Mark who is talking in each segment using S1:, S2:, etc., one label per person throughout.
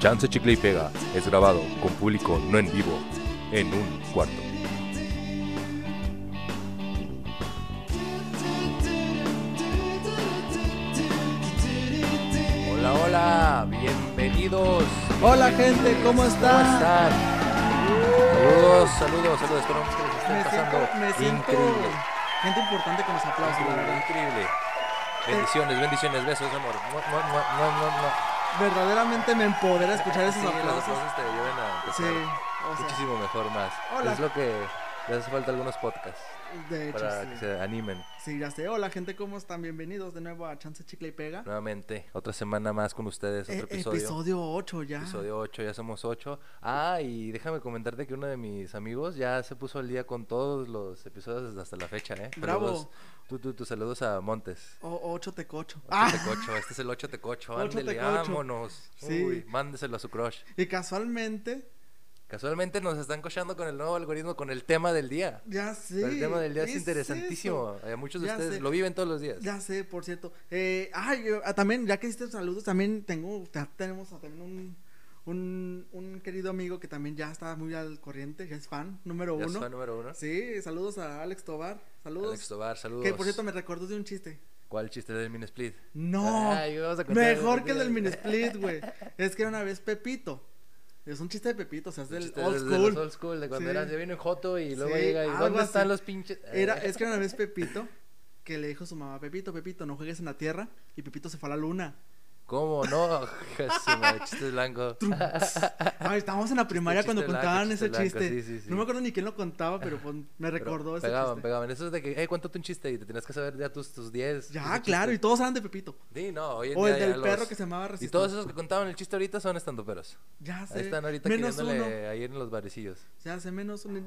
S1: Chance Chicle y Pega es grabado con público no en vivo en un cuarto.
S2: Hola, hola, bienvenidos.
S3: Hola gente, ¿cómo
S2: ¿Cómo
S3: están?
S2: están? Saludos, saludos, saludos. Esperamos que les esté
S3: Me
S2: pasando
S3: siento, me siento
S2: increíble.
S3: gente importante con los aplausos, la
S2: Increíble,
S3: verdad.
S2: increíble. Bendiciones, bendiciones, besos, amor. Mua, mua, mua, mua, mua, mua.
S3: Verdaderamente me empodera escuchar esos
S2: Sí, los
S3: aplausos.
S2: aplausos te ayudan a empezar
S3: Sí, o sea,
S2: muchísimo mejor más.
S3: Hola.
S2: Es lo que les hace falta a algunos podcasts
S3: de hecho,
S2: para que
S3: sí.
S2: se animen.
S3: Sí, ya sé. Hola gente, ¿cómo están? Bienvenidos de nuevo a Chance Chicle y Pega.
S2: Nuevamente, otra semana más con ustedes,
S3: Eh,
S2: otro
S3: episodio.
S2: episodio.
S3: 8 ya.
S2: Episodio 8, ya somos 8. Ah, y déjame comentarte que uno de mis amigos ya se puso al día con todos los episodios desde hasta la fecha, ¿eh?
S3: Bravo.
S2: Saludos. Tú, tú, tú, saludos a Montes.
S3: O 8 tecocho. Ah,
S2: Ah. Tecocho, este es el 8 Tecocho,
S3: Ocho
S2: ándele,
S3: tecocho.
S2: vámonos.
S3: Sí.
S2: Uy, mándeselo a su crush.
S3: y casualmente,
S2: Casualmente nos están cochando con el nuevo algoritmo, con el tema del día.
S3: ya sé.
S2: el tema del día
S3: ¿qué
S2: es interesantísimo. A muchos de
S3: Ya
S2: ustedes
S3: sé.
S2: lo viven todos los días.
S3: Ya sé, por cierto. Eh, ay, yo- ah, también, ya que hiciste saludos, también tengo, ya tenemos a- también un, un, un querido amigo que también ya está muy al corriente, ya es fan, número
S2: Ya
S3: uno.
S2: está número uno.
S3: Sí, saludos a Alex Tobar. Saludos.
S2: Alex Tobar, saludos.
S3: Que por cierto me recordó de un chiste.
S2: ¿Cuál chiste del mini split?
S3: No.
S2: Ay, vamos a contar
S3: Mejor que el
S2: día.
S3: del mini split, güey. Es que era una vez Pepito. Es un chiste de Pepito, o sea, es
S2: El
S3: del
S2: chiste
S3: old
S2: de- de los
S3: school.
S2: old school, de cuando
S3: Sí.
S2: era, se viene un joto y luego
S3: Sí,
S2: llega y
S3: algo
S2: ¿dónde
S3: así.
S2: están los pinches? Eh,
S3: Era, es que era una vez Pepito que le dijo a su mamá, Pepito, Pepito, no juegues en la tierra. Y Pepito se fue a la luna.
S2: ¿Cómo no? Su madre, chiste blanco.
S3: Ay, estábamos en la primaria cuando
S2: chiste blanco,
S3: contaban
S2: chiste
S3: ese
S2: blanco,
S3: chiste.
S2: sí, sí, sí.
S3: No me acuerdo ni quién lo contaba, pero pues, me
S2: Pero
S3: recordó ese
S2: pegaban,
S3: chiste.
S2: pegaban. Eso es de que, hey, cuéntate un chiste y te tenías que saber ya tus, tus 10.
S3: Ya, claro, y todos eran de Pepito.
S2: Sí, no, hoy en
S3: O el
S2: día ya
S3: del
S2: los-
S3: perro que se llamaba
S2: Y
S3: Resistente.
S2: todos esos que contaban el chiste ahorita son estandoperos.
S3: Ya sé.
S2: Ahí están ahorita
S3: menos
S2: queriéndole
S3: uno.
S2: ahí en los barecillos.
S3: Ya sé, menos uno.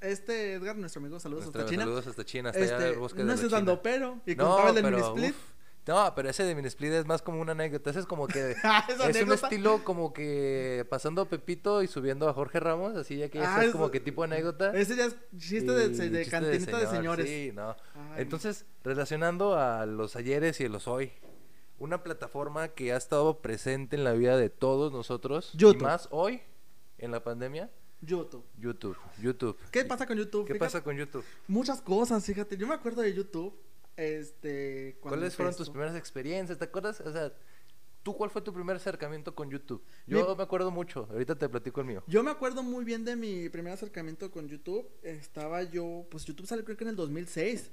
S3: Este Edgar, nuestro amigo, saludos
S2: Nuestra-
S3: hasta China.
S2: Saludos hasta China, hasta allá
S3: este,
S2: del bosque
S3: no
S2: de
S3: estás
S2: la China.
S3: dando pero. Y contaba el del mini
S2: pero,
S3: split.
S2: uf. No, pero ese de mini split es más como una anécdota. Ese es como que.
S3: Ah,
S2: es
S3: esa
S2: un
S3: anécdota.
S2: estilo como que pasando a Pepito y subiendo a Jorge Ramos. Así ya que
S3: Ah,
S2: es
S3: es-
S2: como que tipo anécdota.
S3: Ese ya es chiste de,
S2: y
S3: de
S2: chiste
S3: cantinita de,
S2: señor,
S3: señores.
S2: Sí, no.
S3: Ay,
S2: Entonces, relacionando a los ayeres y a los hoy, una plataforma que ha estado presente en la vida de todos nosotros,
S3: YouTube.
S2: y más hoy, en la pandemia,
S3: YouTube.
S2: YouTube. YouTube.
S3: ¿Qué pasa con YouTube?
S2: ¿Qué
S3: Fíjate,
S2: pasa con YouTube?
S3: Muchas cosas, fíjate. Yo me acuerdo de YouTube. Este. cuando
S2: ¿Cuáles fueron tus
S3: empezó.
S2: primeras experiencias? ¿Te acuerdas? O sea, ¿tú cuál fue tu primer acercamiento con YouTube? Yo
S3: Mi-
S2: me acuerdo mucho. Ahorita te platico el mío.
S3: Yo me acuerdo muy bien de mi primer acercamiento con YouTube. Estaba yo, pues YouTube salió creo que en el 2006.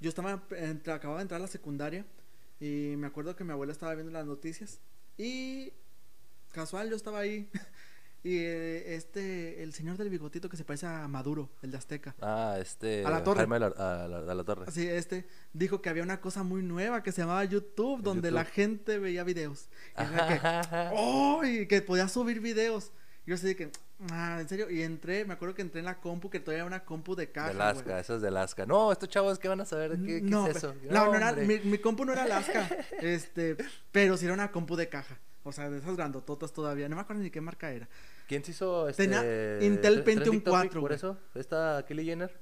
S3: Yo estaba, en- acababa de entrar a la secundaria y me acuerdo que mi abuela estaba viendo las noticias y casual yo estaba ahí y eh, este, el señor del bigotito que se parece a Maduro, el de Azteca.
S2: Ah, este.
S3: A la torre.
S2: Jaime Lar- a, la, a la torre.
S3: Así, este dijo que había una cosa muy nueva que se llamaba YouTube, donde la
S2: YouTube.
S3: gente veía videos. Y era que, ¡Oh! Y que podía subir videos. Y yo así de que, ah, en serio. Y entré, me acuerdo que entré en la compu, que todavía era una compu de
S2: de
S3: caja. güey.
S2: Alaska, eso es de Alaska. No, estos chavos que van a saber qué, qué
S3: no,
S2: es
S3: pero-
S2: eso.
S3: no, no era-
S2: hombre.
S3: mi, mi compu no era Alaska. este, pero sí era una compu de caja. O sea, de esas grandototas todavía. No me acuerdo ni qué marca era.
S2: ¿Quién se hizo este?
S3: Tenía
S2: tre-
S3: Intel
S2: trending
S3: 21.4,
S2: topic Por
S3: güey.
S2: eso, esta Kelly Jenner.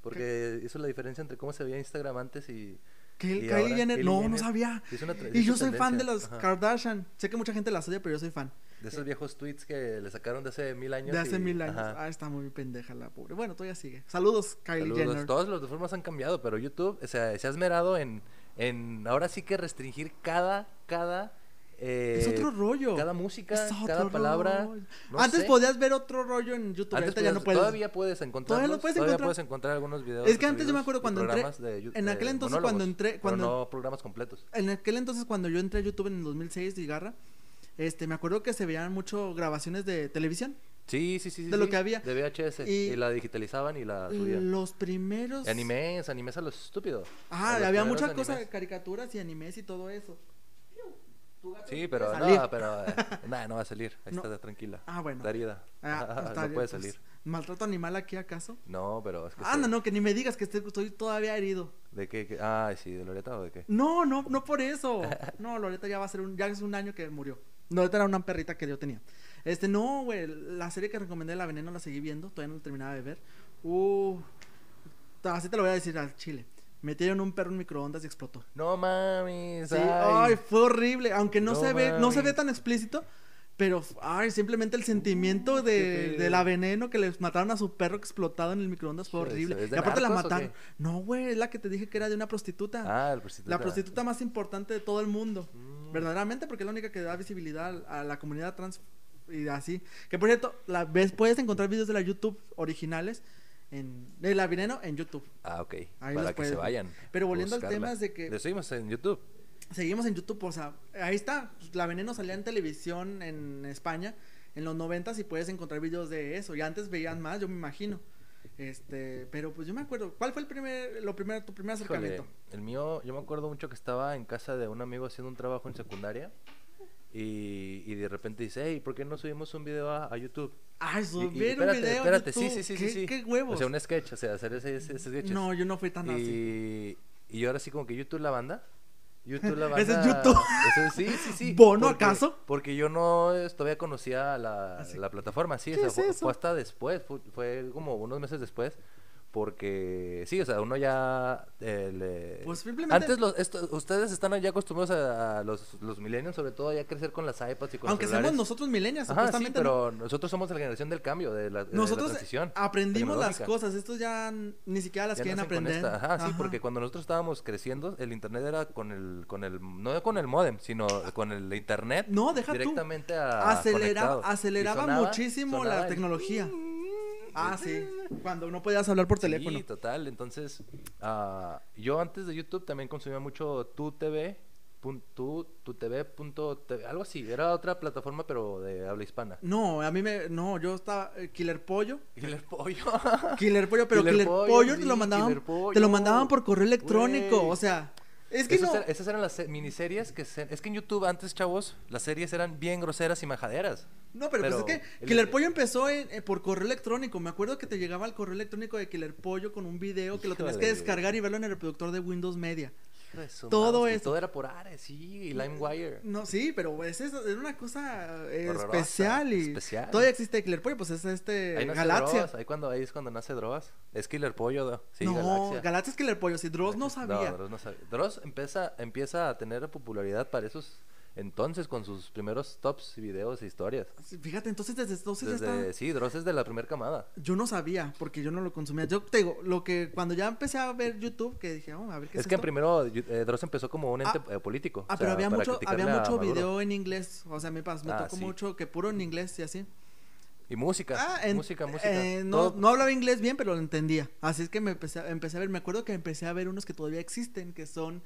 S2: Porque hizo la diferencia entre cómo se veía Instagram antes y.
S3: ¿Qué,
S2: ¿Y
S3: Kylie
S2: ahora?
S3: Jenner?
S2: Kylie
S3: No, no
S2: Jenner.
S3: sabía.
S2: hizo una tra-
S3: Y
S2: hizo
S3: yo soy fan de las
S2: tendencia. Ajá.
S3: Kardashian. Sé que mucha gente las odia, pero yo soy fan.
S2: De esos viejos tweets que le sacaron de hace mil años.
S3: De hace
S2: y-
S3: mil años.
S2: ajá.
S3: Ah, está muy pendeja la pobre. Bueno, todavía sigue. Saludos, Kylie
S2: Saludos.
S3: Jenner.
S2: Todas las formas han cambiado, pero YouTube o sea, se ha esmerado en, en ahora sí que restringir cada, cada eh,
S3: Es otro rollo.
S2: cada música,
S3: Es otro
S2: cada palabra.
S3: rollo.
S2: no
S3: Antes
S2: sé.
S3: podías ver otro rollo en YouTube.
S2: Antes
S3: ahorita ya no
S2: podías-
S3: puedes.
S2: Todavía puedes encontrar.
S3: Todavía lo puedes encontrar.
S2: algunos videos.
S3: Es que antes yo me
S2: resubidos
S3: acuerdo
S2: y
S3: cuando entré-
S2: programas de yu-
S3: en
S2: de
S3: aquel entonces cuando
S2: monólogos,
S3: entré-
S2: pero
S3: cuando-
S2: no programas completos.
S3: En aquel entonces, cuando yo entré a YouTube en el 2006 y garra, este, me acuerdo que se veían mucho grabaciones de televisión.
S2: Sí, sí, sí. sí,
S3: de lo
S2: sí,
S3: que había.
S2: De VHS. Y,
S3: Y-
S2: la digitalizaban y la subían.
S3: Los primeros.
S2: Y Animes, animes a los estúpidos.
S3: Ah,
S2: A los
S3: había
S2: primeros
S3: muchas
S2: animes.
S3: cosas, caricaturas y animes y todo eso. Tu gato
S2: Sí,
S3: no
S2: pero
S3: quiere salir.
S2: no, pero eh, nada, no va a salir. Ahí
S3: No.
S2: está tranquila.
S3: Ah, bueno.
S2: Está herida.
S3: Ah, pues, está bien,
S2: no puede
S3: pues,
S2: salir. Pues
S3: ¿Maltrato animal aquí acaso?
S2: No, pero es que
S3: Ah,
S2: se-
S3: no, no, que ni me digas que estoy, estoy todavía herido.
S2: ¿De qué, qué? Ah, sí, de Loreta o de qué?
S3: No, no, no por eso. No, Loreta ya va a ser un, ya es un año que murió. Loreta era una perrita que yo tenía. Este, no, güey, la serie que recomendé, La Veneno, la seguí viendo, todavía no la terminaba de ver. Uh, ta- así te lo voy a decir al chile. Metieron un perro en microondas y explotó.
S2: No mames.
S3: Sí, ay, fue horrible, aunque no,
S2: No
S3: se ve, no se ve
S2: mames.
S3: tan explícito, Pero, ay, simplemente el sentimiento
S2: Uh, qué
S3: de,
S2: feo.
S3: de la veneno que les mataron a su perro explotado en el microondas fue
S2: Hijo de su-
S3: horrible.
S2: ¿es
S3: Y
S2: de
S3: aparte la
S2: narcos o
S3: mataron.
S2: qué?
S3: No, güey, es la que te dije que era de una prostituta.
S2: Ah, la prostituta.
S3: La prostituta más importante de todo el mundo.
S2: Mm.
S3: Verdaderamente, porque es la única que da visibilidad a la comunidad trans y así. Que por cierto, la ves, puedes encontrar videos de la YouTube originales en, de la Veneno en YouTube.
S2: Ah, ok.
S3: Ahí los
S2: Para que se
S3: puedes-
S2: vayan.
S3: Pero
S2: a
S3: volviendo al
S2: buscarla.
S3: tema es de que-
S2: Lo subimos en YouTube.
S3: Seguimos en YouTube, o sea, ahí está. La Veneno salía en televisión en España en los noventas y puedes encontrar videos de eso. Y antes veían más, yo me imagino. Este, pero pues yo me acuerdo. ¿Cuál fue el primer, lo primero, tu primer
S2: Híjole,
S3: acercamiento?
S2: el mío, yo me acuerdo mucho que estaba en casa de un amigo haciendo un trabajo en secundaria y, y de repente dice, hey, ¿por qué no subimos un video a, a YouTube?
S3: Ay,
S2: Y- y
S3: subir un video. en
S2: espérate, sí,
S3: YouTube.
S2: sí, sí, sí,
S3: ¿Qué,
S2: sí.
S3: qué huevos?
S2: O sea, un sketch, o sea, hacer ese, ese, ese sketch.
S3: no, yo no fui tan así.
S2: y, y ahora sí como que YouTube la banda. YouTube la banda.
S3: Ese es YouTube.
S2: Eso es- sí, sí, sí.
S3: ¿Bono
S2: porque-
S3: acaso?
S2: Porque yo no eh, todavía conocía la,
S3: Así.
S2: la plataforma, sí.
S3: ¿Qué
S2: o sea,
S3: es
S2: fue, fue
S3: eso?
S2: hasta después, fue, fue como unos meses después. Porque sí, o sea, uno ya... eh, le-
S3: Pues simplemente-
S2: Antes los, esto- ustedes están ya acostumbrados a, a los, los millennials, sobre todo, ya crecer con las iPads y con los
S3: Aunque seamos
S2: celulares.
S3: nosotros milenias,
S2: Ajá, sí,
S3: supuestamente. ¿no?
S2: pero nosotros somos la generación del cambio, de la, de la
S3: Nosotros
S2: transición
S3: aprendimos las
S2: tecnológica.
S3: cosas, estos ya n- ni siquiera las
S2: Ya
S3: quieren
S2: nacen con
S3: aprender.
S2: esta, Ajá, sí,
S3: Ajá.
S2: porque cuando nosotros estábamos creciendo, el internet era con el, con el, no con el modem, sino con el internet.
S3: No, deja tú.
S2: directamente a
S3: aceleraba,
S2: conectado. Y
S3: aceleraba
S2: sonaba-
S3: muchísimo
S2: sonaba
S3: la
S2: el-
S3: tecnología. Ah, sí. Cuando no podías hablar por teléfono.
S2: Sí, total. Entonces, ah, yo antes de YouTube también consumía mucho tu TV, pun- tu, tu TV punto TV, algo así. Era otra plataforma, pero de habla hispana.
S3: No, a mí me. No, yo estaba. eh, Killer Pollo.
S2: Y el pollo.
S3: Killer Pollo, pero
S2: Ah, Killer
S3: Killer,
S2: Pollo,
S3: Pollo,
S2: sí,
S3: te, lo mandaban,
S2: Killer
S3: te
S2: Pollo.
S3: lo mandaban por correo electrónico.
S2: Güey.
S3: O sea, es que
S2: Esas
S3: no.
S2: er- esas eran las se- miniseries que se- es que en YouTube antes, chavos, las series eran bien groseras y majaderas.
S3: No, pero,
S2: pero
S3: pues es que
S2: el-
S3: Killer Pollo empezó en- eh, por correo electrónico. Me acuerdo que te llegaba el correo electrónico de Killer Pollo con un video que lo tenías que
S2: Híjole.
S3: descargar y verlo en el reproductor de Windows Media.
S2: Hijo de su
S3: Todo
S2: madre, es que
S3: eso.
S2: Todo era por Ares, sí, y LimeWire.
S3: No, sí, pero es, es, es una cosa eh,
S2: Horrorosa,
S3: especial y
S2: especial.
S3: todavía existe Killer Pollo, pues es este
S2: Ahí nace
S3: Galaxia.
S2: Dross, ahí, cuando, ahí es cuando nace Dross. Es Killer Pollo, do- sí,
S3: no,
S2: Galaxia.
S3: Galaxia. es Killer Pollo, si Dross no sabía.
S2: Dross no sabía. Dross empieza, empieza a tener popularidad para esos entonces con sus primeros tops, videos e historias.
S3: Fíjate, entonces desde entonces ya
S2: Desde-
S3: está.
S2: Sí, Dross es de la primera camada.
S3: Yo no sabía, porque yo no lo consumía. Yo te digo, lo que cuando ya empecé a ver YouTube, que dije, oh, a ver qué
S2: Es,
S3: es,
S2: que
S3: esto?
S2: primero eh, Dross empezó como un ente
S3: Ah,
S2: eh, político.
S3: Ah,
S2: o
S3: pero
S2: sea,
S3: había
S2: para
S3: mucho, había
S2: criticarle a
S3: mucho
S2: Maduro.
S3: video en inglés. O sea, me, pas- me
S2: Ah,
S3: tocó
S2: sí.
S3: mucho que puro en inglés y así.
S2: Y música,
S3: Ah, en-
S2: música, música.
S3: eh, no,
S2: Todo-
S3: no hablaba inglés bien, pero lo entendía. Así es que me empecé, a- empecé a ver. Me acuerdo que empecé a ver unos que todavía existen, que son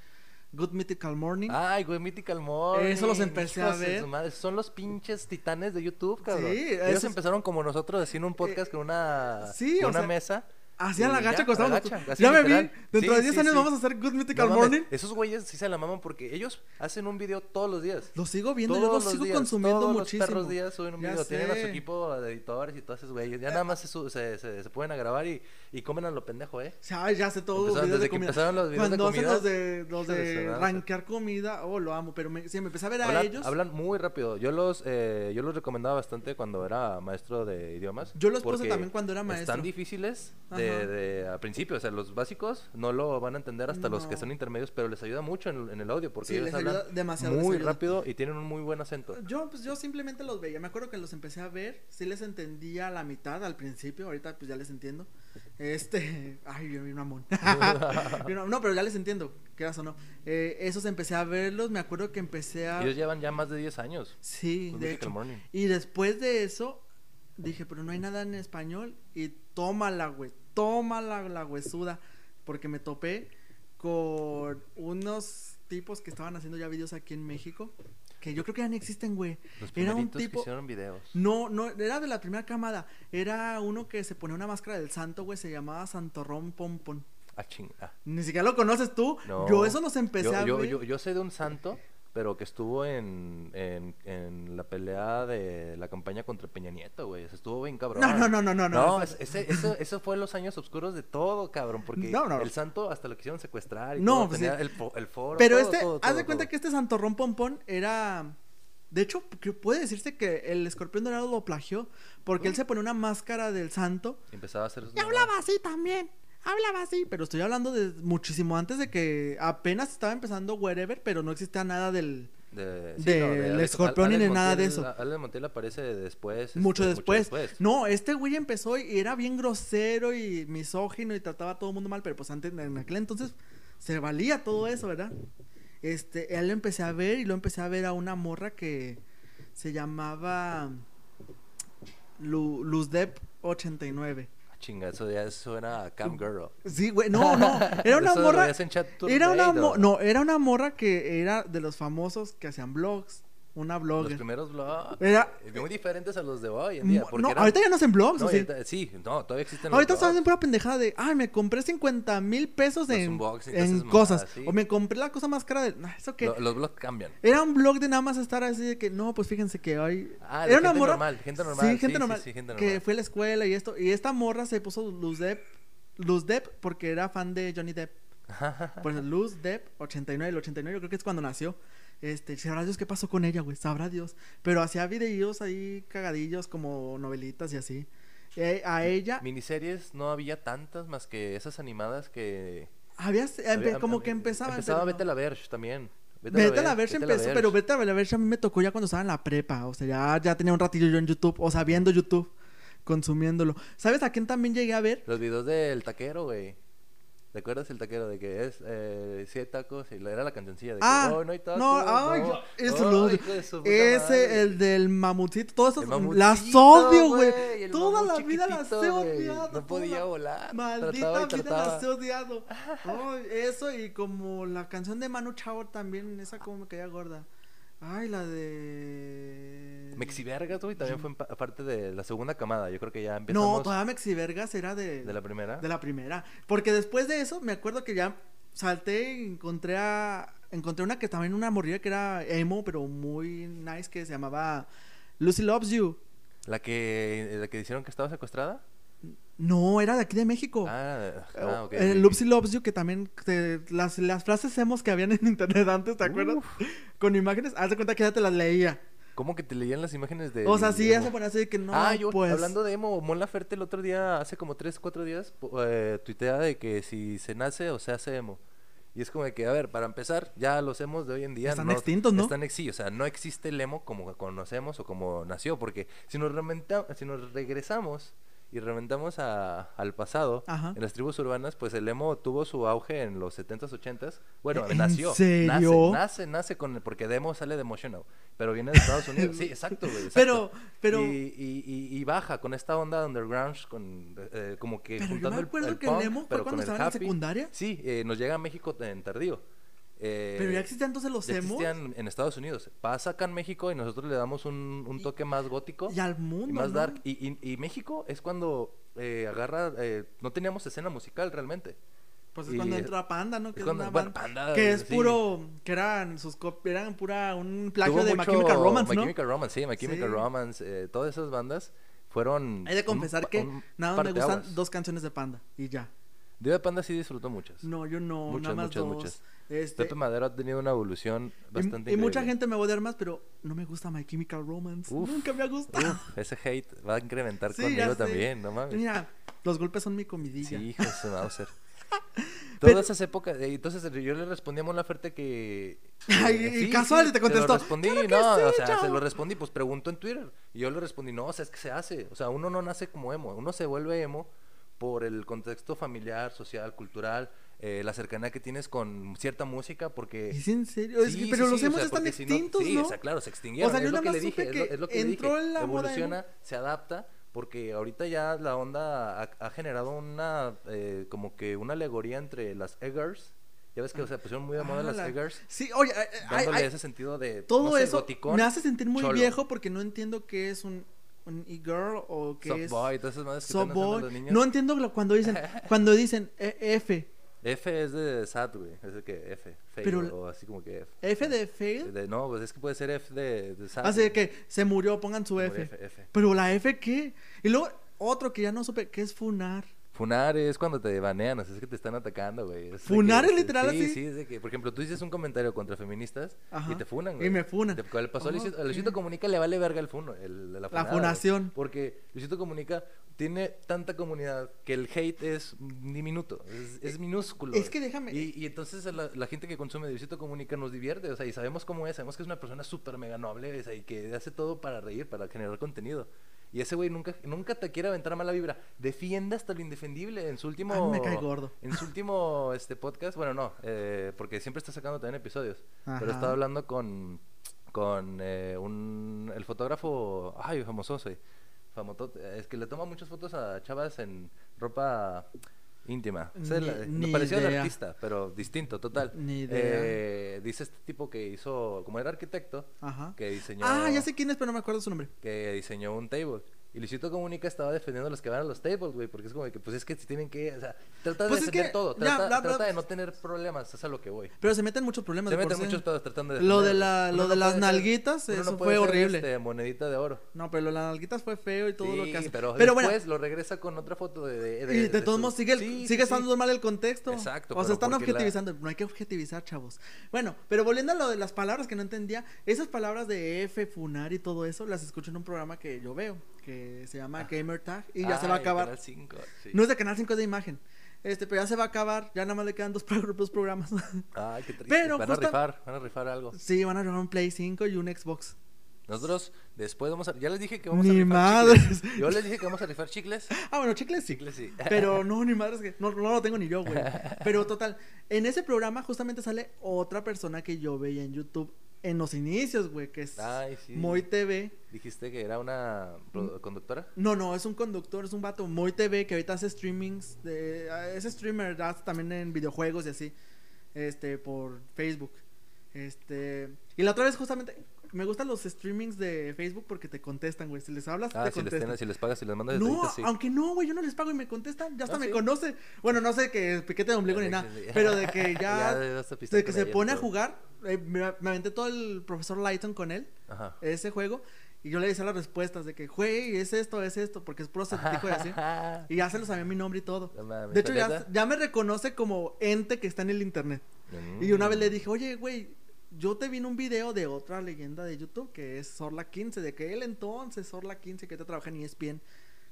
S3: Good Mythical Morning.
S2: Ay, güey, Mythical Morning.
S3: Eso los empecé a
S2: hijos de
S3: ver.
S2: su madre, Son los pinches titanes de YouTube, cabrón.
S3: Sí,
S2: Ellos
S3: esos- Eh,
S2: empezaron como nosotros haciendo un podcast con una,
S3: sí,
S2: con
S3: o
S2: una
S3: sea,
S2: mesa.
S3: Hacía la
S2: y
S3: gacha
S2: ya,
S3: cuando
S2: la
S3: estábamos-
S2: gacha, así
S3: Ya me
S2: literal.
S3: vi. Dentro
S2: Sí,
S3: de 10
S2: sí,
S3: años
S2: sí.
S3: vamos a hacer Good Mythical
S2: No mames,
S3: Morning.
S2: Esos güeyes sí se la maman porque ellos hacen un video todos los días.
S3: Lo sigo viendo, yo lo
S2: Todos los
S3: sigo
S2: días,
S3: consumiendo
S2: todos
S3: muchísimo.
S2: Los perros días suben un
S3: Ya
S2: video. Tienen a su
S3: sé.
S2: equipo de editores y todas esas güeyes. Ya nada más se, su- se, se, se pueden a grabar y, y comen a lo pendejo, ¿eh?
S3: O sea, ya sé todos los videos
S2: Empezaron- desde
S3: de
S2: que
S3: comida.
S2: empezaron los videos de
S3: Cuando hacen
S2: comida,
S3: los de, los
S2: hijo de su
S3: de
S2: madre.
S3: rankear comida, oh, lo amo. Pero me, sí, me empecé a ver a
S2: hablan,
S3: ellos.
S2: hablan muy rápido. Yo los, eh, yo los recomendaba bastante cuando era maestro de idiomas.
S3: Yo los puse
S2: porque
S3: también cuando era maestro.
S2: Están difíciles
S3: Ajá.
S2: de, de- a principio. O sea, los básicos no lo van a entender hasta los que
S3: No.
S2: son intermedios, pero les ayuda mucho en, en el audio porque
S3: Sí,
S2: ellos
S3: les
S2: hablan
S3: ayuda demasiado, les
S2: muy
S3: ayuda.
S2: rápido y tienen un muy buen acento.
S3: Yo, pues, yo simplemente los veía. Me acuerdo que los empecé a ver. Sí les entendía la mitad al principio. Ahorita, pues, ya les entiendo. Este. Ay, bien, bien mamón. Bien mamón. no, pero ya les entiendo. Quieras o no. Eh, esos empecé a verlos. Me acuerdo que empecé a.
S2: Ellos llevan ya más de 10 años.
S3: Ah. Sí,
S2: Good
S3: de
S2: Mythical
S3: hecho.
S2: Morning.
S3: Y después de eso, dije, pero no hay nada en español. Y tómala, güey. Tómala, la huesuda. Porque me topé con unos tipos que estaban haciendo ya videos aquí en México. Que yo creo que ya no existen, güey.
S2: Los
S3: Era un
S2: primeritos que
S3: tipo.
S2: hicieron videos.
S3: No, no, era de la primera camada. Era uno que se ponía una máscara del santo, güey. Se llamaba Santorrón Pompón.
S2: Ah, ching- ah,
S3: Ni siquiera lo conoces tú.
S2: no.
S3: Yo eso los empecé
S2: Yo-
S3: a
S2: yo,
S3: ver.
S2: Yo, yo sé de un santo, pero que estuvo en, en, en la pelea de la campaña contra Peña Nieto, güey. Eso Estuvo bien cabrón.
S3: No, no, no, no, no, no.
S2: No, es- ese, eso, eso fue los años oscuros de todo, cabrón. Porque
S3: No, no.
S2: el santo hasta lo quisieron secuestrar y
S3: No,
S2: todo,
S3: pues
S2: tenía
S3: sí.
S2: el, fo- el foro.
S3: Pero
S2: todo,
S3: este,
S2: todo,
S3: haz
S2: todo,
S3: de cuenta
S2: todo.
S3: que este Santorrón Pompón era. De hecho, que puede decirse que el escorpión dorado lo plagió. Porque él se pone una máscara del santo.
S2: Empezaba a hacer... sus
S3: Y
S2: mamadas.
S3: hablaba así también. Hablaba así. Pero estoy hablando de muchísimo antes de que apenas estaba empezando Wherever, pero no existía nada del.
S2: De,
S3: Del
S2: Alex-
S3: escorpión
S2: Al-
S3: y de
S2: Alex
S3: nada de
S2: Montiel-
S3: eso.
S2: A- Alex Montiel aparece después. este,
S3: Mucho después. No, este güey empezó y era bien grosero y misógino y trataba a todo el mundo mal, pero pues antes, en aquel entonces, se valía todo eso, ¿verdad? Este, él lo empecé a ver y lo empecé a ver a una morra que se llamaba Lu- Luzdep 89.
S2: Ah, Chinga, eso ya suena a Cam Girl.
S3: Sí, güey, no, no, era una
S2: Eso lo
S3: morra.
S2: veías en Chaturday,
S3: Era una
S2: ¿no?
S3: mo- no, era una morra que era de los famosos que hacían blogs, una
S2: Los
S3: blogger.
S2: primeros blogs.
S3: Era
S2: Muy diferentes a los de hoy en día.
S3: mo-
S2: porque
S3: no,
S2: eran-
S3: ahorita ya no hacen blogs,
S2: No,
S3: ¿o sí?
S2: ahorita- sí, no, todavía existen los
S3: Ahorita
S2: blogs.
S3: están en pura pendejada de, ay, me compré 50 mil pesos
S2: Los
S3: en,
S2: unboxing,
S3: en
S2: esas
S3: cosas.
S2: mamadas, sí.
S3: O me compré la cosa más cara de, "Nah, eso qué".
S2: Lo- los blogs cambian.
S3: Era un blog de nada más estar así de que, no, pues fíjense que hoy.
S2: Ah, de
S3: Era una
S2: gente
S3: morra.
S2: normal, gente normal,
S3: Sí,
S2: sí,
S3: gente
S2: sí,
S3: normal.
S2: sí, gente
S3: Que
S2: normal.
S3: fue a la escuela y esto. Y esta morra se puso Luz Depp. Luz Depp porque era fan de Johnny Depp. Pues Luz Depp, 89. El 89 yo creo que es cuando nació. Este, sabrá Dios qué pasó con ella, güey. Sabrá Dios. Pero hacía videos ahí cagadillos como novelitas y así. Eh, a ella
S2: Miniseries no había tantas más que esas animadas que.
S3: Había, empe-
S2: había-
S3: como
S2: hab-
S3: que empezaban.
S2: Empezaba
S3: pero
S2: Vete a
S3: no.
S2: la Verge también.
S3: Vete a la Verge
S2: Vete a la
S3: empezó,
S2: Verge.
S3: pero Vete a la Verge a mí me tocó ya cuando estaba en la prepa. O sea, ya, ya tenía un ratillo yo en YouTube, o sea, viendo YouTube, consumiéndolo. ¿Sabes a quién también llegué a ver?
S2: Los videos del taquero, güey. ¿Te acuerdas el taquero de que es eh, siete tacos y era la cancioncilla de que
S3: Ah,
S2: "Oh, no hay tacos?
S3: no, ay,
S2: no.
S3: yo- eso
S2: Oh,
S3: lo odio.
S2: hijo de su puta
S3: Ese,
S2: madre".
S3: el del mamutito, todas esas,
S2: mamut
S3: las
S2: chiquito,
S3: odio, güey.
S2: el
S3: Toda
S2: mamut
S3: la vida las
S2: chiquitito,
S3: he
S2: güey.
S3: odiado. toda
S2: No podía
S3: la-
S2: volar.
S3: Maldita
S2: Ah, trataba y
S3: vida
S2: trataba.
S3: las he odiado. Ay, eso y como la canción de Manu Chao también,
S2: Ah.
S3: esa como me caía gorda. Ay, la de...
S2: Mexivergas, güey, también fue en pa- parte de la segunda camada. Yo creo que ya empezamos
S3: No, todavía Mexi Vergas era de,
S2: de la primera.
S3: de la primera. Porque después de eso, me acuerdo que ya salté y encontré a. Encontré una que también una morrilla que era emo, pero muy nice, que se llamaba Lucy Loves You.
S2: La que la que dijeron que estaba secuestrada.
S3: No, era de aquí de México.
S2: Ah,
S3: Eh,
S2: ah, ok.
S3: eh, Lucy Loves You, que también te- las, las frases emos que habían en internet antes, ¿te acuerdas? Con imágenes, haz de cuenta que ya te las leía.
S2: ¿Cómo que te leían las imágenes de
S3: o sea, sí, ya
S2: emo?
S3: se ponía así de que no,
S2: ah, yo
S3: pues.
S2: hablando de emo, Mon Laferte el otro día, hace como 3, 4 días, po- eh, tuitea de que si se nace o se hace emo. Y es como de que, a ver, para empezar, ya los emos de hoy en día
S3: Están extintos, ¿no?
S2: Están ex- sí, o sea, no existe el emo como conocemos o como nació, porque si nos, rementa- si nos regresamos y remontamos a- al pasado,
S3: Ajá.
S2: en las tribus urbanas, pues el emo tuvo su auge en los 70s, 80s. Bueno,
S3: ¿En
S2: nació. nace,
S3: serio?
S2: Nace, nace, con el, porque de emo sale de emotional, pero viene de Estados Unidos. sí, exacto, güey. exacto.
S3: Pero, pero.
S2: Y, eh, y- y- y baja con esta onda underground, con, eh, como que
S3: Pero yo
S2: juntando
S3: me
S2: el-
S3: acuerdo
S2: el
S3: que el
S2: punk,
S3: emo fue
S2: pero
S3: cuando
S2: con el
S3: estaba en la
S2: happy.
S3: secundaria.
S2: Sí, eh, nos llega a México en tardío. Eh,
S3: pero ya existían entonces los
S2: ya
S3: emos.
S2: existían en Estados Unidos. Pasa acá en México y nosotros le damos un, un
S3: Y-
S2: toque más gótico.
S3: Y al
S2: y
S3: mundo.
S2: más
S3: ¿no?
S2: dark. Y, y- y México es cuando eh, agarra... eh, no teníamos escena musical realmente.
S3: Pues es
S2: Y
S3: cuando
S2: es-
S3: entra Panda, ¿no? Que
S2: es
S3: es,
S2: cuando-
S3: una
S2: bueno,
S3: banda-
S2: Panda,
S3: que es
S2: sí.
S3: puro, que eran sus cop- eran pura un plagio
S2: Tuvo
S3: de My
S2: mucho
S3: Chemical Romance,
S2: My
S3: ¿no?
S2: Chemical Romance, sí. My Chemical
S3: Sí.
S2: Romance. eh, todas esas bandas fueron...
S3: Hay de
S2: un
S3: confesar
S2: pa-
S3: que
S2: un
S3: nada más me gustan
S2: parteaguas.
S3: dos canciones de Panda y ya.
S2: Diva de Panda sí disfrutó muchas.
S3: No, yo no,
S2: pues, Muchas,
S3: nada más
S2: muchas,
S3: dos.
S2: muchas.
S3: Este,
S2: Pepe Madero ha tenido una evolución
S3: y-
S2: bastante
S3: y, mucha
S2: increíble.
S3: gente me va a odiar más, pero no me gusta My Chemical Romance.
S2: Uf,
S3: Nunca me ha gustado.
S2: Uf, ese hate va a incrementar
S3: Sí, ya
S2: conmigo
S3: sé.
S2: también, no mames.
S3: Mira, los golpes son mi comidilla.
S2: Sí, hijo de su Mauser.
S3: Pero-
S2: Todas esas épocas, eh, entonces yo le respondí a Mon Laferte que...
S3: Ay,
S2: eh,
S3: y casual, y te
S2: Se
S3: contestó,
S2: lo respondí,
S3: "Claro que
S2: no, o
S3: sí,
S2: sea, se
S3: chavo".
S2: lo respondí, pues pregunto en Twitter. Y yo le respondí, no, o sea, es que se hace. O sea, uno no nace como emo, uno se vuelve emo por el contexto familiar, social, cultural, eh, la cercanía que tienes con cierta música, porque...
S3: ¿Es en serio? Es que-
S2: Sí,
S3: pero
S2: sí,
S3: los
S2: sí, o
S3: emos
S2: sea,
S3: están
S2: porque si no-
S3: extintos,
S2: sí,
S3: ¿no?
S2: o sea, claro, se extinguieron.
S3: O sea, yo
S2: es lo
S3: nada
S2: que
S3: más
S2: le dije,
S3: supe
S2: es lo,
S3: que
S2: es lo que le
S3: entró
S2: dije.
S3: en la moda
S2: Evoluciona, se adapta, porque ahorita ya la onda ha, ha generado una, eh, como que una alegoría entre las Eggers. Ya ves que o sea, pusieron muy de moda
S3: Ah,
S2: las
S3: la-
S2: Eggers,
S3: Sí, oye, ay, ay,
S2: dándole
S3: ay,
S2: ese sentido de
S3: todo
S2: no sé,
S3: eso
S2: goticón,
S3: me hace sentir muy
S2: cholo,
S3: viejo porque no entiendo qué es un, un e-girl o qué
S2: soft
S3: es
S2: boy, todas esas madres que
S3: soft
S2: están haciendo
S3: boy.
S2: los niños.
S3: No entiendo lo- cuando dicen cuando dicen eh, F,
S2: F es de sad, güey. Es de que F, fail,
S3: Pero-
S2: o así como que F.
S3: F de fail. Ah,
S2: De- no, pues es que puede ser F de, de sad.
S3: Así
S2: güey.
S3: que se murió, pongan su
S2: Como
S3: F.
S2: F, F.
S3: Pero la F qué? Y luego otro que ya no supe, ¿qué es funar?
S2: Funar es cuando te banean, o sea, es que te están atacando, güey. Es de
S3: ¿Funar
S2: que-
S3: es literal
S2: sí,
S3: así?
S2: Sí, es de que, por ejemplo, tú dices un comentario contra feministas
S3: Ajá.
S2: y te
S3: Y
S2: funan, güey.
S3: me funan.
S2: Te- le pasó a Luisito, a
S3: Ok.
S2: Luisito Comunica le vale verga el funo, el- la, funada, güey.
S3: funación.
S2: Porque Luisito Comunica tiene tanta comunidad que el hate es diminuto, es, es minúsculo.
S3: eh, es que déjame- eh,
S2: Y, y entonces la, la gente que consume de Luisito Comunica nos divierte, o sea, y sabemos cómo es, sabemos que es una persona súper mega noble, o sea, y que hace todo para reír, para generar contenido. Y ese güey nunca, nunca te quiere aventar mala vibra. Defiende hasta lo indefendible. En su último.
S3: Ay, me cae gordo.
S2: En su último este, podcast, bueno, no, eh, porque siempre está sacando también episodios. Pero
S3: Ajá.
S2: estaba hablando con, con eh, un, el fotógrafo, ay, famoso, soy, famoso, es que le toma muchas fotos a chavas en ropa íntima. O sea,
S3: Ni-
S2: la-
S3: ni
S2: parecido al
S3: idea.
S2: artista, pero distinto, total.
S3: Ni idea.
S2: Eh, dice este tipo que hizo, como era arquitecto,
S3: Ajá.
S2: que diseñó...
S3: Ah, ya sé quién es, pero no me acuerdo su nombre.
S2: Que diseñó un table. Y Luisito Comunica estaba defendiendo a los que van a los tables, güey, porque es como de que, pues es que si tienen que, o sea, trata de
S3: Pues es
S2: defender
S3: que,
S2: todo,
S3: ya,
S2: trata,
S3: bla, bla.
S2: trata de no tener problemas, es a lo que voy.
S3: Pero se meten muchos problemas.
S2: Se
S3: de por
S2: meten
S3: sí.
S2: muchos pedos tratando de
S3: Lo de,
S2: defender.
S3: la,
S2: Uno
S3: lo
S2: no
S3: de las
S2: puede ser-
S3: nalguitas,
S2: uno no
S3: eso
S2: puede
S3: fue
S2: ser,
S3: horrible.
S2: este, monedita de oro.
S3: No, pero lo de las nalguitas fue feo y todo lo
S2: Sí,
S3: que hace.
S2: Pero,
S3: bueno,
S2: después lo regresa con otra foto de... de,
S3: y de todos
S2: su-
S3: modos sigue, el-
S2: Sí,
S3: sigue
S2: sí, sí.
S3: estando mal el contexto.
S2: Exacto,
S3: O
S2: pero
S3: sea, están
S2: porque la-
S3: objetivizando. No hay que objetivizar, chavos. Bueno, pero volviendo a lo de las palabras que no entendía, esas palabras de F, funar y todo eso, las escucho en un programa que yo veo, que se
S2: Ah.
S3: llama Gamer Tag, y ya se va a
S2: Ay,
S3: acabar.
S2: Canal 5, sí.
S3: No es de Canal 5, es de imagen. Este, pero ya se va a acabar, ya nada más le quedan dos, pro- dos programas.
S2: Ay, qué triste.
S3: Pero
S2: van
S3: justa-
S2: a rifar, van a rifar algo.
S3: sí, van a robar un Play 5 y un Xbox.
S2: Nosotros después vamos a... Ya les dije que vamos a
S3: Ni
S2: rifar
S3: madres.
S2: chicles. Yo les dije que vamos a rifar chicles.
S3: Ah, bueno, chicles sí.
S2: Chicles sí.
S3: Pero no, ni madres que. No, no lo tengo ni yo, güey. Pero total, en ese programa justamente sale otra persona que yo veía en YouTube en los inicios, güey, que es
S2: Ay, sí.
S3: Moy TV.
S2: Dijiste que era una pro- conductora.
S3: Mm. No, no, es un conductor, es un vato, Moy TV, que ahorita hace streamings, de, ah, es streamer, hace también en videojuegos y así, este, por Facebook. Este, y la otra vez justamente, me gustan los streamings de Facebook porque te contestan, güey, si les hablas,
S2: Ah,
S3: te
S2: si les,
S3: contestan.
S2: ten- si les pagas, si les mandas
S3: No,
S2: estrellitas, sí.
S3: aunque no, güey, yo no les pago y me contestan, ya hasta
S2: Ah,
S3: me
S2: sí.
S3: conoce. Bueno, no sé que piquete de ombligo ni nada,
S2: Sí, sí.
S3: pero de que ya,
S2: Ya
S3: de,
S2: vas a pistear
S3: que
S2: con
S3: se
S2: ella,
S3: pone a
S2: pero-
S3: jugar, eh, me, me aventé todo el profesor Lighton con él,
S2: Ajá.
S3: ese juego, y yo le decía las respuestas de que, güey, es esto, es esto, porque es puro acertijo y así. Y ya se lo sabía mi nombre y todo.
S2: No mames,
S3: de hecho, ya,
S2: ¿neta?
S3: ya me reconoce como ente que está en el internet. Y una vez le dije, oye, güey, yo te vi en un video de otra leyenda de YouTube que es Sorla 15, de que él entonces, Sorla 15, que te trabaja en E ESPN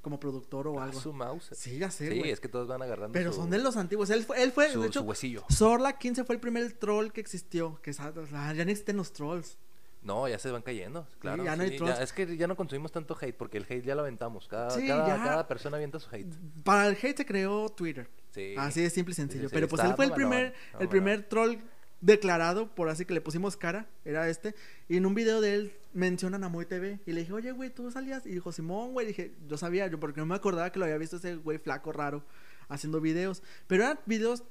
S3: como productor o
S2: Ah,
S3: algo.
S2: su mouse.
S3: Sí, ya sé,
S2: Sí,
S3: güey.
S2: es que todos van agarrando
S3: Pero
S2: su-
S3: son de los antiguos. Él fue, él fue
S2: su,
S3: de
S2: su
S3: hecho,
S2: huesillo.
S3: Sorla 15 fue el primer troll que existió. Que sa- ah, ya no existen los trolls.
S2: No, ya se van cayendo, claro.
S3: ya no hay
S2: sí,
S3: trolls.
S2: es que ya no consumimos tanto hate porque el hate ya lo aventamos. Cada,
S3: Sí,
S2: cada,
S3: ya.
S2: cada persona avienta su hate.
S3: Para el hate se creó Twitter.
S2: Sí.
S3: Así de Ah, simple y sencillo.
S2: sí,
S3: Pero pues él
S2: está
S3: fue el
S2: mamalón,
S3: primer, el
S2: mamalón.
S3: primer troll declarado, por así que le pusimos cara, era este. Y en un video de él mencionan a Moy TV. Y le dije, oye, güey, tú salías. Y dijo, Simón, güey. Dije, yo sabía, yo porque no me acordaba que lo había visto ese güey flaco raro haciendo videos. Pero eran videos